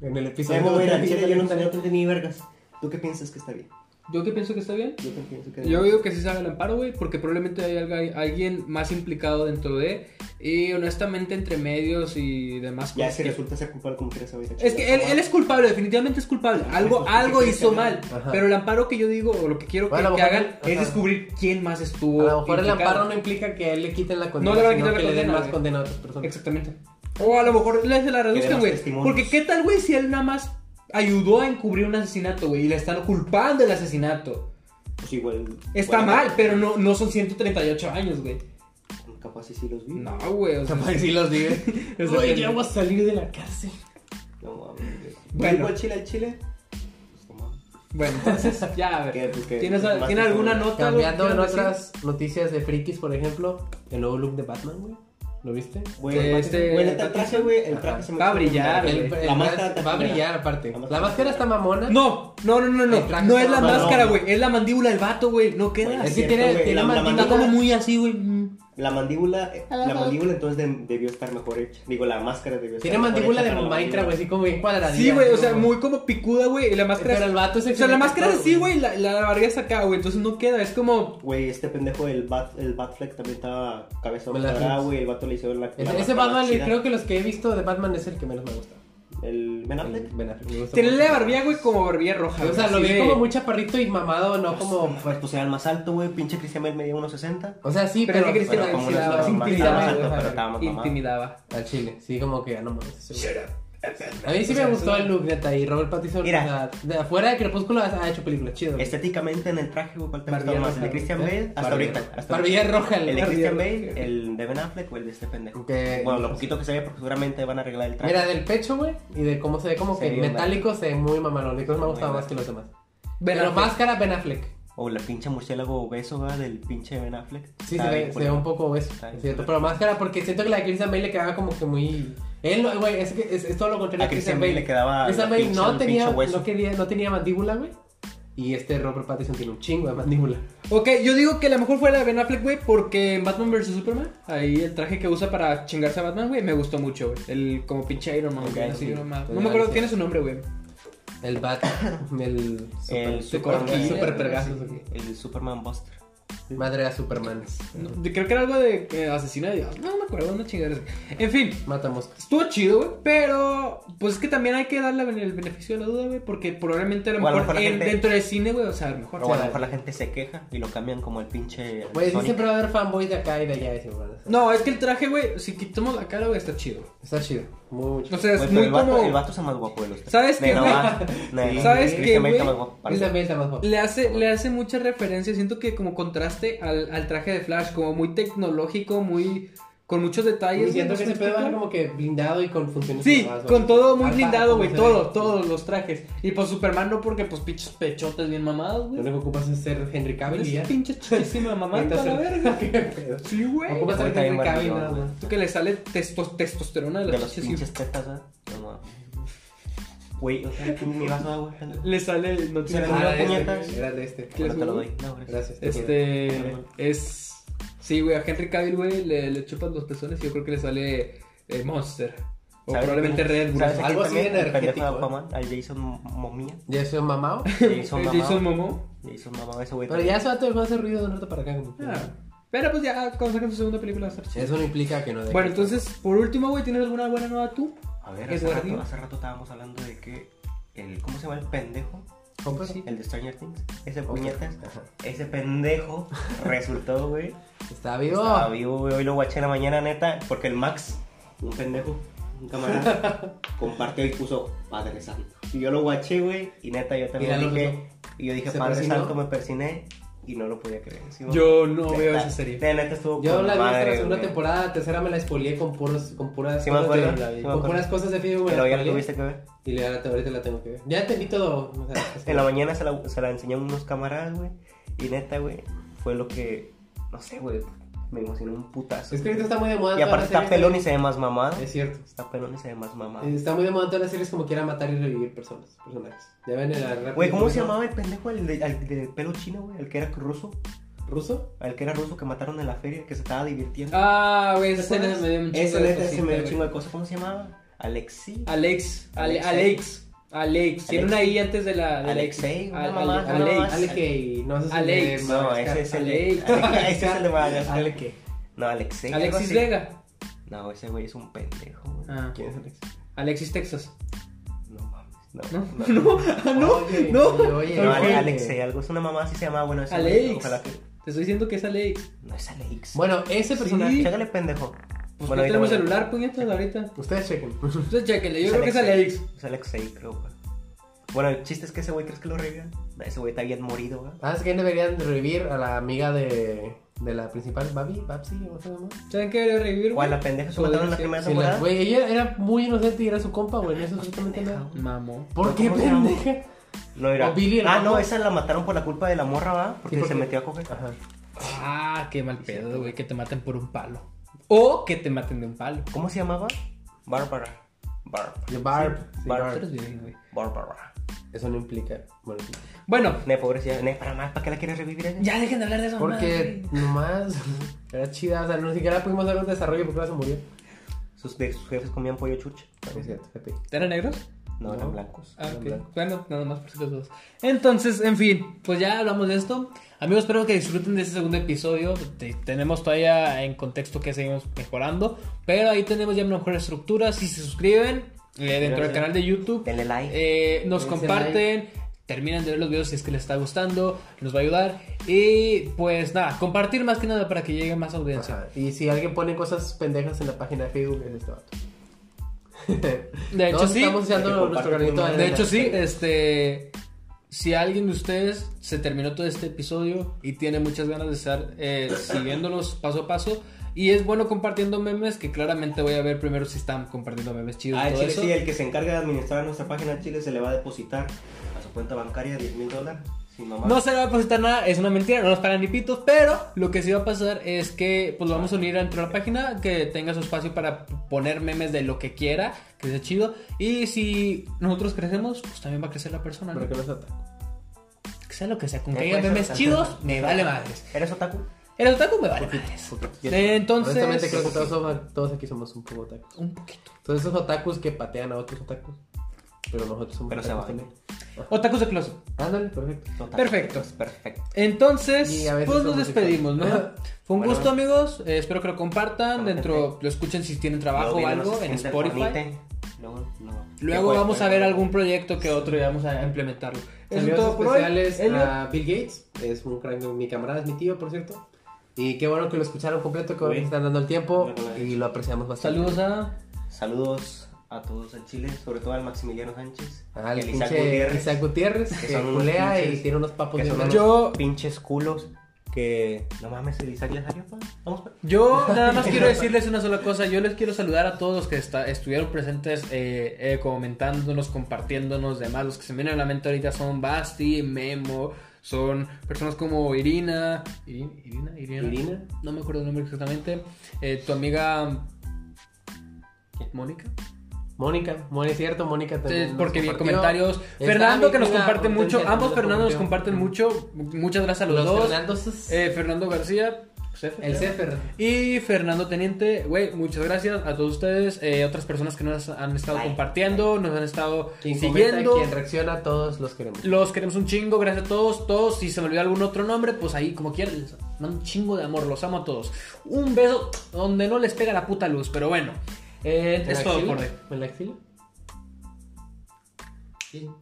Speaker 3: En el episodio.
Speaker 1: Ya me voy a ir a la
Speaker 3: donde
Speaker 1: vida,
Speaker 3: dice
Speaker 1: yo
Speaker 3: la
Speaker 1: no tenía
Speaker 3: internet.
Speaker 1: ni vergas. ¿Tú qué piensas que está bien?
Speaker 2: Yo que pienso que está bien.
Speaker 1: Yo qué pienso que
Speaker 2: Yo digo que sí sabe el amparo, güey, porque probablemente hay alga- alguien más implicado dentro de. Y honestamente, entre medios y demás
Speaker 1: Ya si
Speaker 2: cosas. pues, que-
Speaker 1: resulta ser culpable como quieras ahorita.
Speaker 2: Es que él, él es culpable, definitivamente es culpable. Algo,
Speaker 1: Eso sí
Speaker 2: algo
Speaker 1: tiene que
Speaker 2: hizo
Speaker 1: ver.
Speaker 2: mal.
Speaker 3: Ajá.
Speaker 2: Pero el amparo que yo digo, o lo que quiero que,
Speaker 3: Bueno, a lo
Speaker 2: que
Speaker 3: mejor
Speaker 2: hagan,
Speaker 3: el-
Speaker 2: es
Speaker 3: ajá.
Speaker 2: descubrir quién más estuvo.
Speaker 3: A lo mejor el
Speaker 2: implicado.
Speaker 3: amparo no implica que a él le quiten la condena,
Speaker 2: No le van a
Speaker 3: sino
Speaker 2: quitar la
Speaker 3: que le den
Speaker 2: condena,
Speaker 3: más
Speaker 2: güey.
Speaker 3: condena a otras personas.
Speaker 2: Exactamente. O a lo mejor le se la
Speaker 1: den
Speaker 2: reduzcan,
Speaker 1: los
Speaker 2: güey.
Speaker 1: testimonios.
Speaker 2: Porque qué tal, güey, si él nada más ayudó a encubrir un asesinato, güey, y le están culpando del asesinato.
Speaker 1: Pues igual.
Speaker 2: Está
Speaker 1: bueno,
Speaker 2: mal, pero no, no son 138 años, güey.
Speaker 1: pues, Capaz si sí los vi.
Speaker 2: No, güey. O sea,
Speaker 3: Capaz si los vive.
Speaker 2: Es de
Speaker 3: Oye,
Speaker 2: pendejo.
Speaker 3: ya voy a salir de la cárcel.
Speaker 1: No mames. güey.
Speaker 2: Bueno.
Speaker 1: Igual Chile al Chile. Pues, no mames.
Speaker 2: bueno, entonces, ya, a ver.
Speaker 1: ¿Qué, pues, qué?
Speaker 2: ¿Tienes,
Speaker 1: Más
Speaker 2: ¿tiene
Speaker 1: que
Speaker 2: alguna
Speaker 1: todo.
Speaker 2: nota? güey, que
Speaker 3: Cambiando en
Speaker 2: quieras decir?
Speaker 3: otras noticias de frikis, por ejemplo, el nuevo look de Batman, güey. ¿Lo viste?
Speaker 1: Güey,
Speaker 2: Este-
Speaker 1: güey, neta, el traje, güey, el traje
Speaker 3: Ajá.
Speaker 1: se me
Speaker 2: Va a
Speaker 1: hizo muy
Speaker 2: brillar,
Speaker 1: mal.
Speaker 2: güey.
Speaker 3: El-
Speaker 1: La
Speaker 3: el-
Speaker 1: máscara está
Speaker 3: va a
Speaker 1: culera.
Speaker 3: brillar aparte.
Speaker 1: La máscara
Speaker 3: La máscara está mamona.
Speaker 2: No, no, no, no,
Speaker 3: El
Speaker 2: no.
Speaker 3: traje
Speaker 2: No
Speaker 3: está
Speaker 2: es la
Speaker 3: mamón.
Speaker 2: máscara, güey. Es la mandíbula del vato, güey. No queda.
Speaker 1: Bueno,
Speaker 3: Es
Speaker 2: así.
Speaker 3: que tiene,
Speaker 1: güey,
Speaker 3: tiene
Speaker 1: la- la
Speaker 3: mandíbula.
Speaker 2: Está como muy así, güey. Mm.
Speaker 1: La mandíbula, eh, la mandíbula entonces de- debió estar mejor hecha. Digo, la máscara debió estar
Speaker 3: Tiene
Speaker 1: mejor
Speaker 3: mandíbula
Speaker 1: hecha
Speaker 3: de
Speaker 1: para la
Speaker 3: Minecraft, güey,
Speaker 1: mandíbula.
Speaker 3: así como bien cuadradita.
Speaker 2: Sí, güey. O
Speaker 3: así
Speaker 2: sea,
Speaker 3: como-
Speaker 2: muy como picuda, güey. Y la máscara.
Speaker 3: Pero
Speaker 2: es-
Speaker 3: el vato es
Speaker 2: O sea, la máscara es así,
Speaker 3: exitoso,
Speaker 2: güey, la, la barriga es acá, güey, entonces no queda, es como...
Speaker 1: Güey, este pendejo, el, bat, el Batfleck también estaba cabezón
Speaker 3: Me la
Speaker 1: cuadrada,
Speaker 3: cruz.
Speaker 1: güey. El vato le hizo la. la
Speaker 3: Ese, ese
Speaker 1: máscara
Speaker 3: Batman,
Speaker 1: chida.
Speaker 3: creo que los que he visto de Batman es el que menos me gusta.
Speaker 1: El Ben Affleck.
Speaker 3: Ben Affleck, me gusta
Speaker 2: Tiene
Speaker 3: mucho.
Speaker 2: la barbilla, güey, como barbilla roja,
Speaker 3: O sea,
Speaker 2: güey,
Speaker 3: lo
Speaker 2: así
Speaker 3: vi
Speaker 2: de-
Speaker 3: como muy chaparrito y mamado, no como.
Speaker 1: Pues, pues era el más alto, güey. Pinche Cristian Bell medía 1.60.
Speaker 3: O sea, sí,
Speaker 2: Pero
Speaker 3: pero.
Speaker 2: que Cristian
Speaker 1: pero
Speaker 2: Bale
Speaker 1: como
Speaker 2: sí
Speaker 1: no
Speaker 2: daba,
Speaker 1: es
Speaker 2: sí
Speaker 1: normal,
Speaker 2: intimidaba,
Speaker 1: estaba
Speaker 2: güey,
Speaker 1: alto, pero
Speaker 2: ajá,
Speaker 1: estaba más mamado.
Speaker 2: intimidaba.
Speaker 3: Al chile, sí, como que ya no mames. ese güey. A mí sí me gustó el look, neta, y Robert Pattinson.
Speaker 1: Mira. Este
Speaker 3: o sea, de afuera de Crepúsculo ha ha hecho películas chidas. güey.
Speaker 1: Estéticamente en el traje, güey, ¿cuál te gustó
Speaker 3: Barbilla
Speaker 1: más?
Speaker 3: roja,
Speaker 1: ¿El de Christian
Speaker 3: ¿eh?
Speaker 1: Bale? Hasta
Speaker 3: Barbilla
Speaker 1: ahorita.
Speaker 3: roja.
Speaker 1: hasta
Speaker 3: Barbilla
Speaker 1: ahorita.
Speaker 3: roja,
Speaker 1: ¿El de
Speaker 3: barbilla
Speaker 1: Christian
Speaker 2: roja.
Speaker 1: Bale? ¿El de Ben Affleck o el de este pendejo?
Speaker 3: Que-
Speaker 1: Bueno, lo poquito que se ve, porque seguramente van a arreglar el traje.
Speaker 3: Mira, del pecho, güey, y de cómo se ve como
Speaker 1: Se
Speaker 3: que
Speaker 1: ve bien,
Speaker 3: metálico, se ve muy mamalón. Y cosas me ha gustado
Speaker 1: Muy
Speaker 3: más que los demás.
Speaker 2: Ben
Speaker 3: pero
Speaker 2: Affleck.
Speaker 3: máscara Ben Affleck.
Speaker 1: O la pinche murciélago obeso, ¿verdad? Del pinche Ben Affleck.
Speaker 3: Sí, se
Speaker 1: Está
Speaker 3: ve,
Speaker 1: bien,
Speaker 3: se ve un poco eso,
Speaker 1: Está bien,
Speaker 3: ¿cierto?
Speaker 1: culero.
Speaker 3: Pero máscara, porque siento que la de Christian Bale le quedaba como que muy. Él, no- güey, es que es, es todo lo contrario
Speaker 1: A Christian Bale le quedaba
Speaker 3: Christian
Speaker 1: la
Speaker 3: Bale
Speaker 1: pinche-
Speaker 3: no
Speaker 1: el
Speaker 3: tenía,
Speaker 1: pinche hueso.
Speaker 3: no, quería, no tenía mandíbula, güey. Y este Robert Pattinson tiene un chingo de mandíbula.
Speaker 2: Ok, yo digo que a lo mejor fue la de Ben Affleck, güey, porque en Batman vs. Superman, ahí el traje que usa para chingarse a Batman, güey, me gustó mucho, güey. El como pinche Iron Man,
Speaker 1: Ok,
Speaker 2: güey, así,
Speaker 1: sí.
Speaker 2: no mames.
Speaker 3: Pues
Speaker 2: No me
Speaker 3: ya,
Speaker 2: acuerdo
Speaker 3: sí.
Speaker 2: quién es su nombre, güey.
Speaker 3: El Bat, el.
Speaker 1: El
Speaker 3: super-
Speaker 1: Superman.
Speaker 3: super- super
Speaker 2: Sí,
Speaker 3: pergazos,
Speaker 2: sí,
Speaker 3: güey.
Speaker 1: El Superman Buster.
Speaker 3: Madre a Superman.
Speaker 2: No, de- creo que era algo de eh, asesina de Dios. No me acuerdo, una chingadera. así. En fin,
Speaker 3: Mata moscas.
Speaker 2: estuvo chido, güey, pero pues es que también hay que darle el beneficio de la duda, güey, porque probablemente a lo
Speaker 1: O a lo mejor
Speaker 2: mejor,
Speaker 1: la
Speaker 2: en-
Speaker 1: gente-
Speaker 2: dentro del cine, güey, o sea, a lo mejor
Speaker 1: Pero
Speaker 2: sea-
Speaker 1: a lo mejor la gente se queja y lo cambian como el pinche.
Speaker 3: Güey, sí
Speaker 1: Sonic.
Speaker 3: siempre va a haber fanboys de acá y de allá. y siempre van a ser.
Speaker 2: No, es que el traje, güey, si quitamos la cara, güey, está chido.
Speaker 3: Está chido. Muy
Speaker 2: O
Speaker 3: chido.
Speaker 2: sea, es
Speaker 1: Güey, Pues, pero
Speaker 2: muy
Speaker 1: el vato,
Speaker 2: como...
Speaker 1: el vato es el más guapo de los tres.
Speaker 2: ¿Sabes qué,
Speaker 1: No,
Speaker 2: güey?
Speaker 1: va. No, no,
Speaker 2: ¿Sabes
Speaker 1: Christian
Speaker 2: qué,
Speaker 1: Bale está
Speaker 2: güey?
Speaker 1: más guapo para
Speaker 3: Christian
Speaker 1: mí.
Speaker 3: Bale está más guapo.
Speaker 2: Le hace, le hace mucha referencia, siento que como contraste al, al traje de Flash, como muy tecnológico, muy con muchos detalles.
Speaker 3: Y siento
Speaker 2: güey,
Speaker 3: que
Speaker 2: ¿no se me
Speaker 3: ese pedo va
Speaker 2: explica?
Speaker 3: como que blindado y con funciones.
Speaker 2: Sí,
Speaker 3: nuevas, güey.
Speaker 2: con todo muy
Speaker 1: Ah,
Speaker 3: Alfa,
Speaker 2: blindado, güey,
Speaker 3: como se ve.
Speaker 2: todo, todos los trajes. Y pues Superman no porque pues pinches pechotes bien mamados,
Speaker 3: Lo
Speaker 2: güey.
Speaker 3: único que ocupas es ser Henry Cavill y
Speaker 2: Eres
Speaker 3: ya.
Speaker 2: pinche chichísima mamá,
Speaker 3: Ahorita
Speaker 2: la
Speaker 3: se-
Speaker 2: verga.
Speaker 3: Qué pedo.
Speaker 2: Sí, güey.
Speaker 3: Ocupas ser
Speaker 1: Ahorita
Speaker 3: Henry
Speaker 1: bien
Speaker 3: Cavill
Speaker 1: barrigón,
Speaker 3: nada más.
Speaker 2: Siento Que le sale testo- testosterona de
Speaker 1: De
Speaker 2: la
Speaker 1: los
Speaker 2: chicha, sí.
Speaker 1: pinches tetas, ¿verdad? No mames. Güey, o sea, mi vaso de agua. Pero
Speaker 2: Le sale el- no tiene
Speaker 1: Se le
Speaker 2: nada.
Speaker 3: Ah,
Speaker 1: Tenía
Speaker 3: era de
Speaker 1: puñetas.
Speaker 3: este, Era de este.
Speaker 2: ¿Qué les
Speaker 1: te lo
Speaker 2: doy?
Speaker 1: doy. No, gracias.
Speaker 3: Gracias. te quiero.
Speaker 2: Este es sí, güey, a Henry Cavill, güey, le, le chupan los pezones y yo creo que le sale eh, Monster o
Speaker 1: ¿Sabes
Speaker 2: probablemente
Speaker 1: qué?
Speaker 2: Red Bull.
Speaker 1: ¿Sabes a quién
Speaker 3: Algo así
Speaker 1: también? El
Speaker 3: energético,
Speaker 1: pendejo de
Speaker 3: ¿eh?
Speaker 1: Aquaman, Al Jason Momía.
Speaker 3: Ya soy mamado.
Speaker 1: Jason
Speaker 2: Eh,
Speaker 1: Mamá.
Speaker 2: Jason Momo.
Speaker 1: Jason Mamá, ese güey.
Speaker 3: Pero ya eso va a hacer ruido de un rato para acá. como que-
Speaker 1: Ah.
Speaker 2: Pero pues ya cuando saquen su segunda película va a estar chido.
Speaker 3: Eso no implica que no deje.
Speaker 2: Bueno, entonces, por último, güey, ¿tienes alguna buena nueva tú?
Speaker 1: A ver, hace
Speaker 2: Eduardín.
Speaker 1: rato, hace rato estábamos hablando de que el, ¿cómo se llama el pendejo?
Speaker 3: Compa,
Speaker 2: sí.
Speaker 1: El de Stranger Things, ese
Speaker 3: Ok.
Speaker 1: puñetas,
Speaker 3: Ajá.
Speaker 1: ese pendejo resultó, güey.
Speaker 3: Está vivo.
Speaker 1: Estaba vivo, güey, hoy lo guaché en la mañana, neta, porque el Max, un pendejo, un camarada, compartió y puso Padre Santo. Y yo lo guaché, güey, y neta, yo también
Speaker 3: Mira, lo
Speaker 1: dije,
Speaker 3: puso.
Speaker 1: y yo dije,
Speaker 3: ¿Se
Speaker 1: Padre
Speaker 3: persinó?
Speaker 1: Santo, me persiné, y no lo podía creer. ¿sí, güey?
Speaker 2: Yo no
Speaker 1: Neta,
Speaker 2: veo esa serie.
Speaker 1: de neta estuvo
Speaker 3: Yo
Speaker 1: con
Speaker 3: la vi hasta la
Speaker 1: madre,
Speaker 3: segunda
Speaker 1: güey.
Speaker 3: temporada, la tercera me la spoileé con puros, con puras
Speaker 1: Sí me
Speaker 3: cosas de-
Speaker 1: acuerdo, sí me
Speaker 3: con
Speaker 1: acuerdo.
Speaker 3: puras cosas de Facebook. me la
Speaker 1: Pero ya lo
Speaker 3: spoileé.
Speaker 1: tuviste que ver.
Speaker 3: Y le- ahora ahorita la tengo que ver. Ya entendí todo. o sea,
Speaker 1: En la mañana se la, se la enseñé a unos camaradas, güey. Y neta, güey, fue lo que, no sé, güey, me emocionó un putazo.
Speaker 3: Es que ahorita está muy de moda.
Speaker 1: Y
Speaker 3: todas
Speaker 1: aparte
Speaker 3: las
Speaker 1: está
Speaker 3: series de-
Speaker 1: pelón y se Ah. ve más mamado.
Speaker 3: Es cierto.
Speaker 1: Está pelón y se ve más mamado.
Speaker 3: Está muy de moda en todas las series como quiera matar y revivir personas, personajes. Ya ven el rápido
Speaker 1: Güey, ¿cómo
Speaker 3: y
Speaker 1: se
Speaker 3: Furioso.
Speaker 1: llamaba el pendejo el de, al de pelo chino, güey? El que era ruso.
Speaker 3: ¿Ruso?
Speaker 1: Al que era ruso que mataron en la feria, que se estaba divirtiendo.
Speaker 2: Ah, güey, esa
Speaker 1: ¿Te acuerdas?
Speaker 2: escena me dio un chingo
Speaker 1: Ese
Speaker 2: de
Speaker 1: neta se
Speaker 2: cosita,
Speaker 1: me dio
Speaker 2: güey. Ah,
Speaker 1: un chingo de cosas. ¿Cómo se llamaba? Alexi.
Speaker 2: Alex, Ale-
Speaker 1: Alexei.
Speaker 2: Alex, Alex, tiene una I antes de la... de la-
Speaker 1: Alexei, una
Speaker 2: Al-
Speaker 1: mamá,
Speaker 2: Al-
Speaker 1: una mamá.
Speaker 2: Alex.
Speaker 3: Ale que no sé si
Speaker 2: Alex.
Speaker 3: me-
Speaker 1: No, ese es el de.
Speaker 2: Alex.
Speaker 1: Alex- Ese es el de Madagascar.
Speaker 3: Ale que.
Speaker 1: No, Alexei. algo
Speaker 2: Alexis
Speaker 1: así.
Speaker 2: Vega,
Speaker 1: No, ese güey es un pendejo. güey.
Speaker 2: Ah.
Speaker 1: ¿Quién es Alexei?
Speaker 2: Alexis Texas.
Speaker 1: No mames. No.
Speaker 2: No,
Speaker 1: no.
Speaker 2: no, ah, no,
Speaker 3: Oye,
Speaker 2: no.
Speaker 3: oye, oye,
Speaker 1: No,
Speaker 3: oye.
Speaker 1: Ale- Alexei, algo. Es una mamá así se llama. Bueno, ese
Speaker 2: Alex.
Speaker 1: güey, Ojalá que.
Speaker 2: Te estoy diciendo que es Alex.
Speaker 1: No es Alex.
Speaker 3: Bueno, ese personaje.
Speaker 2: Sí.
Speaker 1: Chécale, pendejo.
Speaker 2: Pues
Speaker 1: Bueno,
Speaker 2: no
Speaker 1: ahorita,
Speaker 2: tenemos
Speaker 1: bueno.
Speaker 2: celular, puñetas, ahorita.
Speaker 3: Ustedes chequen.
Speaker 2: Entonces, chéquenle, yo
Speaker 1: Es
Speaker 2: creo que es Alex.
Speaker 1: Es Alexei, creo. güey. Bueno, el chiste es que ese güey crees que lo revivan. Ese güey está bien morido, güey.
Speaker 3: Ah, es que deberían de revivir a la amiga de, de la principal, Babi, Babsi, no sé cómo.
Speaker 2: ¿Saben qué debería revivir?
Speaker 1: O a la
Speaker 2: güey?
Speaker 1: pendeja se
Speaker 2: Podría
Speaker 1: mataron en la
Speaker 2: ser.
Speaker 1: primera
Speaker 3: Sí, la-
Speaker 1: temporada.
Speaker 3: güey, ella era muy inocente y era su compa, güey. No es absolutamente nada.
Speaker 2: Mamó.
Speaker 3: ¿Por qué,
Speaker 1: ¿Cómo se llama?
Speaker 3: pendeja?
Speaker 1: No, era.
Speaker 3: O Billy el
Speaker 1: Ah,
Speaker 3: Loco.
Speaker 1: no, esa la mataron por la culpa de la morra, ¿va? Porque,
Speaker 3: Sí, porque-
Speaker 1: se metió a coger.
Speaker 3: Ajá.
Speaker 2: Ah, qué mal pedo, güey, que te maten por un palo. O que te maten de un palo.
Speaker 1: ¿Cómo se llamaba? Bárbara. Bárbara.
Speaker 3: The Barb. Sí,
Speaker 1: Barb.
Speaker 2: Tú
Speaker 3: Barb.
Speaker 2: eres bien, güey.
Speaker 1: Bárbara.
Speaker 3: Eso no implica. Bueno, sí.
Speaker 2: Bueno,
Speaker 1: Ne, pobrecilla. Ne, para más, ¿para qué la quieres revivir? ella?
Speaker 2: ya dejen de hablar de eso.
Speaker 3: porque nomás era chida. O sea, no siquiera pudimos dar un desarrollo porque ahora se murió.
Speaker 1: Sus, de- sus jefes comían pollo chucha.
Speaker 3: Ah, Es cierto, fíjate.
Speaker 2: ¿Eran negros?
Speaker 1: No,
Speaker 3: No.
Speaker 1: eran blancos.
Speaker 2: Ah,
Speaker 3: Eran
Speaker 2: ok.
Speaker 3: blancos.
Speaker 2: Bueno, nada más por si las dudas. Entonces, en fin, pues ya hablamos de esto. Amigos, espero que disfruten de este segundo episodio. Te- tenemos todavía en contexto que seguimos mejorando, pero ahí tenemos ya mejores estructuras. Si se suscriben eh, dentro del
Speaker 1: Gracias.
Speaker 2: canal de YouTube,
Speaker 1: Denle like.
Speaker 2: eh, nos
Speaker 3: Dense
Speaker 2: comparten. Terminan de ver los videos si es que les está gustando, nos va a ayudar. Y pues nada, compartir más que nada para que llegue más audiencia.
Speaker 3: Ajá. Y si alguien pone cosas pendejas en la página de Facebook, es este vato.
Speaker 2: De hecho,
Speaker 3: Todos
Speaker 2: sí.
Speaker 3: Estamos
Speaker 1: Hay
Speaker 3: usando
Speaker 1: que
Speaker 3: nuestro
Speaker 1: compartir
Speaker 3: granito
Speaker 1: más.
Speaker 3: de
Speaker 2: De
Speaker 3: arena.
Speaker 2: hecho, sí, este. Si alguien de ustedes se terminó todo este episodio y tiene muchas ganas de estar eh, siguiéndonos paso a paso, y es bueno compartiendo memes, que claramente voy a ver primero si están compartiendo memes chidos. y
Speaker 1: Ah, el
Speaker 2: todo
Speaker 1: chile
Speaker 2: eso.
Speaker 1: sí, el que se encarga de administrar nuestra página de Chile se le va a depositar a su cuenta bancaria 10 mil dólares. Sin mamá.
Speaker 2: No se le va a depositar nada, es una mentira, no nos pagan ni pitos, pero lo que sí va a pasar es que pues lo vamos a unir a la página que tenga su espacio para poner memes de lo que quiera, que sea chido, y si nosotros crecemos, pues también va a crecer la persona. ¿no?
Speaker 3: Pero que no es otaku.
Speaker 2: Que sea lo que sea, con
Speaker 1: Ya
Speaker 2: que haya
Speaker 1: puedes
Speaker 2: memes
Speaker 1: hacer-
Speaker 2: chidos, me vale madres.
Speaker 1: ¿Eres otaku?
Speaker 2: El otaku me vale madres.
Speaker 3: Honestamente, creo que todos,
Speaker 2: Entonces,
Speaker 3: somos- todos aquí somos un poco otakus.
Speaker 2: un poquito.
Speaker 3: Todos esos otakus que patean a otros otakus. Pero nosotros somos
Speaker 1: Pero se
Speaker 3: otakus
Speaker 1: van.
Speaker 3: también.
Speaker 2: Otakus de closet.
Speaker 3: Ándale, perfecto.
Speaker 1: Otaku.
Speaker 2: Perfecto.
Speaker 1: Perfecto.
Speaker 2: Entonces,
Speaker 3: Y a veces
Speaker 2: pues nos
Speaker 3: somos
Speaker 2: despedimos, ¿no?
Speaker 3: iguales.
Speaker 2: Fue un
Speaker 1: Bueno.
Speaker 2: gusto, amigos. Eh, espero que lo compartan.
Speaker 1: Estamos
Speaker 2: Dentro, lo escuchen si tienen trabajo
Speaker 1: Luego
Speaker 2: o
Speaker 1: vienen
Speaker 2: algo
Speaker 1: los
Speaker 2: en
Speaker 1: skins del
Speaker 2: Spotify.
Speaker 1: Juanite. Luego, no.
Speaker 2: Luego
Speaker 1: Después,
Speaker 2: vamos a
Speaker 1: pues,
Speaker 2: ver algún proyecto que otro y vamos a implementarlo. Eso es
Speaker 3: Saludos
Speaker 2: todo por hoy.
Speaker 3: especiales
Speaker 2: Elliot.
Speaker 3: a Bill Gates. Es un crack, mi camarada, es mi tío, por cierto. Y qué bueno que lo escucharon completo, que bueno que
Speaker 1: Güey.
Speaker 3: están dando el tiempo
Speaker 1: Luego la
Speaker 3: y lo apreciamos bastante.
Speaker 2: Saludos a.
Speaker 1: Saludos a todos en Chile, sobre todo al Maximiliano Sánchez.
Speaker 2: Ah,
Speaker 3: Al
Speaker 1: y al
Speaker 3: Ah, pinche Isaac Gutiérrez,
Speaker 1: que
Speaker 3: que,
Speaker 1: son unos
Speaker 3: culea y
Speaker 1: pinches-
Speaker 3: tiene unos papos
Speaker 1: que
Speaker 3: de
Speaker 1: son
Speaker 3: oro.
Speaker 1: unos
Speaker 2: Yo-
Speaker 1: pinches culos que no mames el Isaac ya salió pa. vamos pa.
Speaker 2: Yo nada más quiero decirles una sola cosa. Yo les quiero saludar a todos los que está- estuvieron presentes eh, eh, comentándonos, compartiéndonos, demás. Los que se me vienen a la mente ahorita son Basti, Memo, son personas como Irina. Irina, Irina, Irina.
Speaker 3: Irina.
Speaker 2: No me acuerdo el nombre exactamente. Eh, tu amiga. Mónica.
Speaker 3: Mónica, Mónica, es cierto, Mónica también.
Speaker 2: Eh,
Speaker 3: Pues nos
Speaker 2: porque vi
Speaker 3: compartió.
Speaker 2: comentarios.
Speaker 3: Está
Speaker 2: Fernando
Speaker 3: mi
Speaker 2: que nos
Speaker 3: amiga
Speaker 2: comparte
Speaker 3: Hortensia,
Speaker 2: mucho.
Speaker 3: también
Speaker 2: Ambos Fernando nos
Speaker 3: compartió.
Speaker 2: comparten mucho. Muchas gracias a los,
Speaker 3: Los
Speaker 2: dos.
Speaker 3: Fernandos.
Speaker 2: Eh, Fernando García. Cefer,
Speaker 3: el
Speaker 2: creo.
Speaker 3: Cefer.
Speaker 2: Y Fernando Teniente, güey, muchas gracias a todos ustedes, eh, otras personas que nos han estado
Speaker 1: Ay.
Speaker 2: compartiendo, nos han estado
Speaker 3: Quien
Speaker 2: siguiendo.
Speaker 3: comenta, quien reacciona, todos los queremos.
Speaker 2: Los queremos un chingo, gracias a todos, todos. Si se me olvidó algún otro nombre, pues ahí como quieran, les mando un chingo de amor, los amo a todos. Un beso donde no les pega la puta luz, pero bueno, eh,
Speaker 3: ¿En
Speaker 2: es
Speaker 3: la
Speaker 2: todo
Speaker 3: axila?
Speaker 2: por hoy.
Speaker 3: ¿En la axila?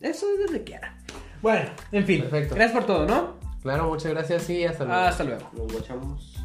Speaker 2: Eso es desde que era. Bueno, en fin,
Speaker 3: Perfecto.
Speaker 2: gracias por todo, ¿no?
Speaker 3: Claro, muchas gracias y hasta luego.
Speaker 2: Ah, Hasta luego.
Speaker 1: Nos guachamos.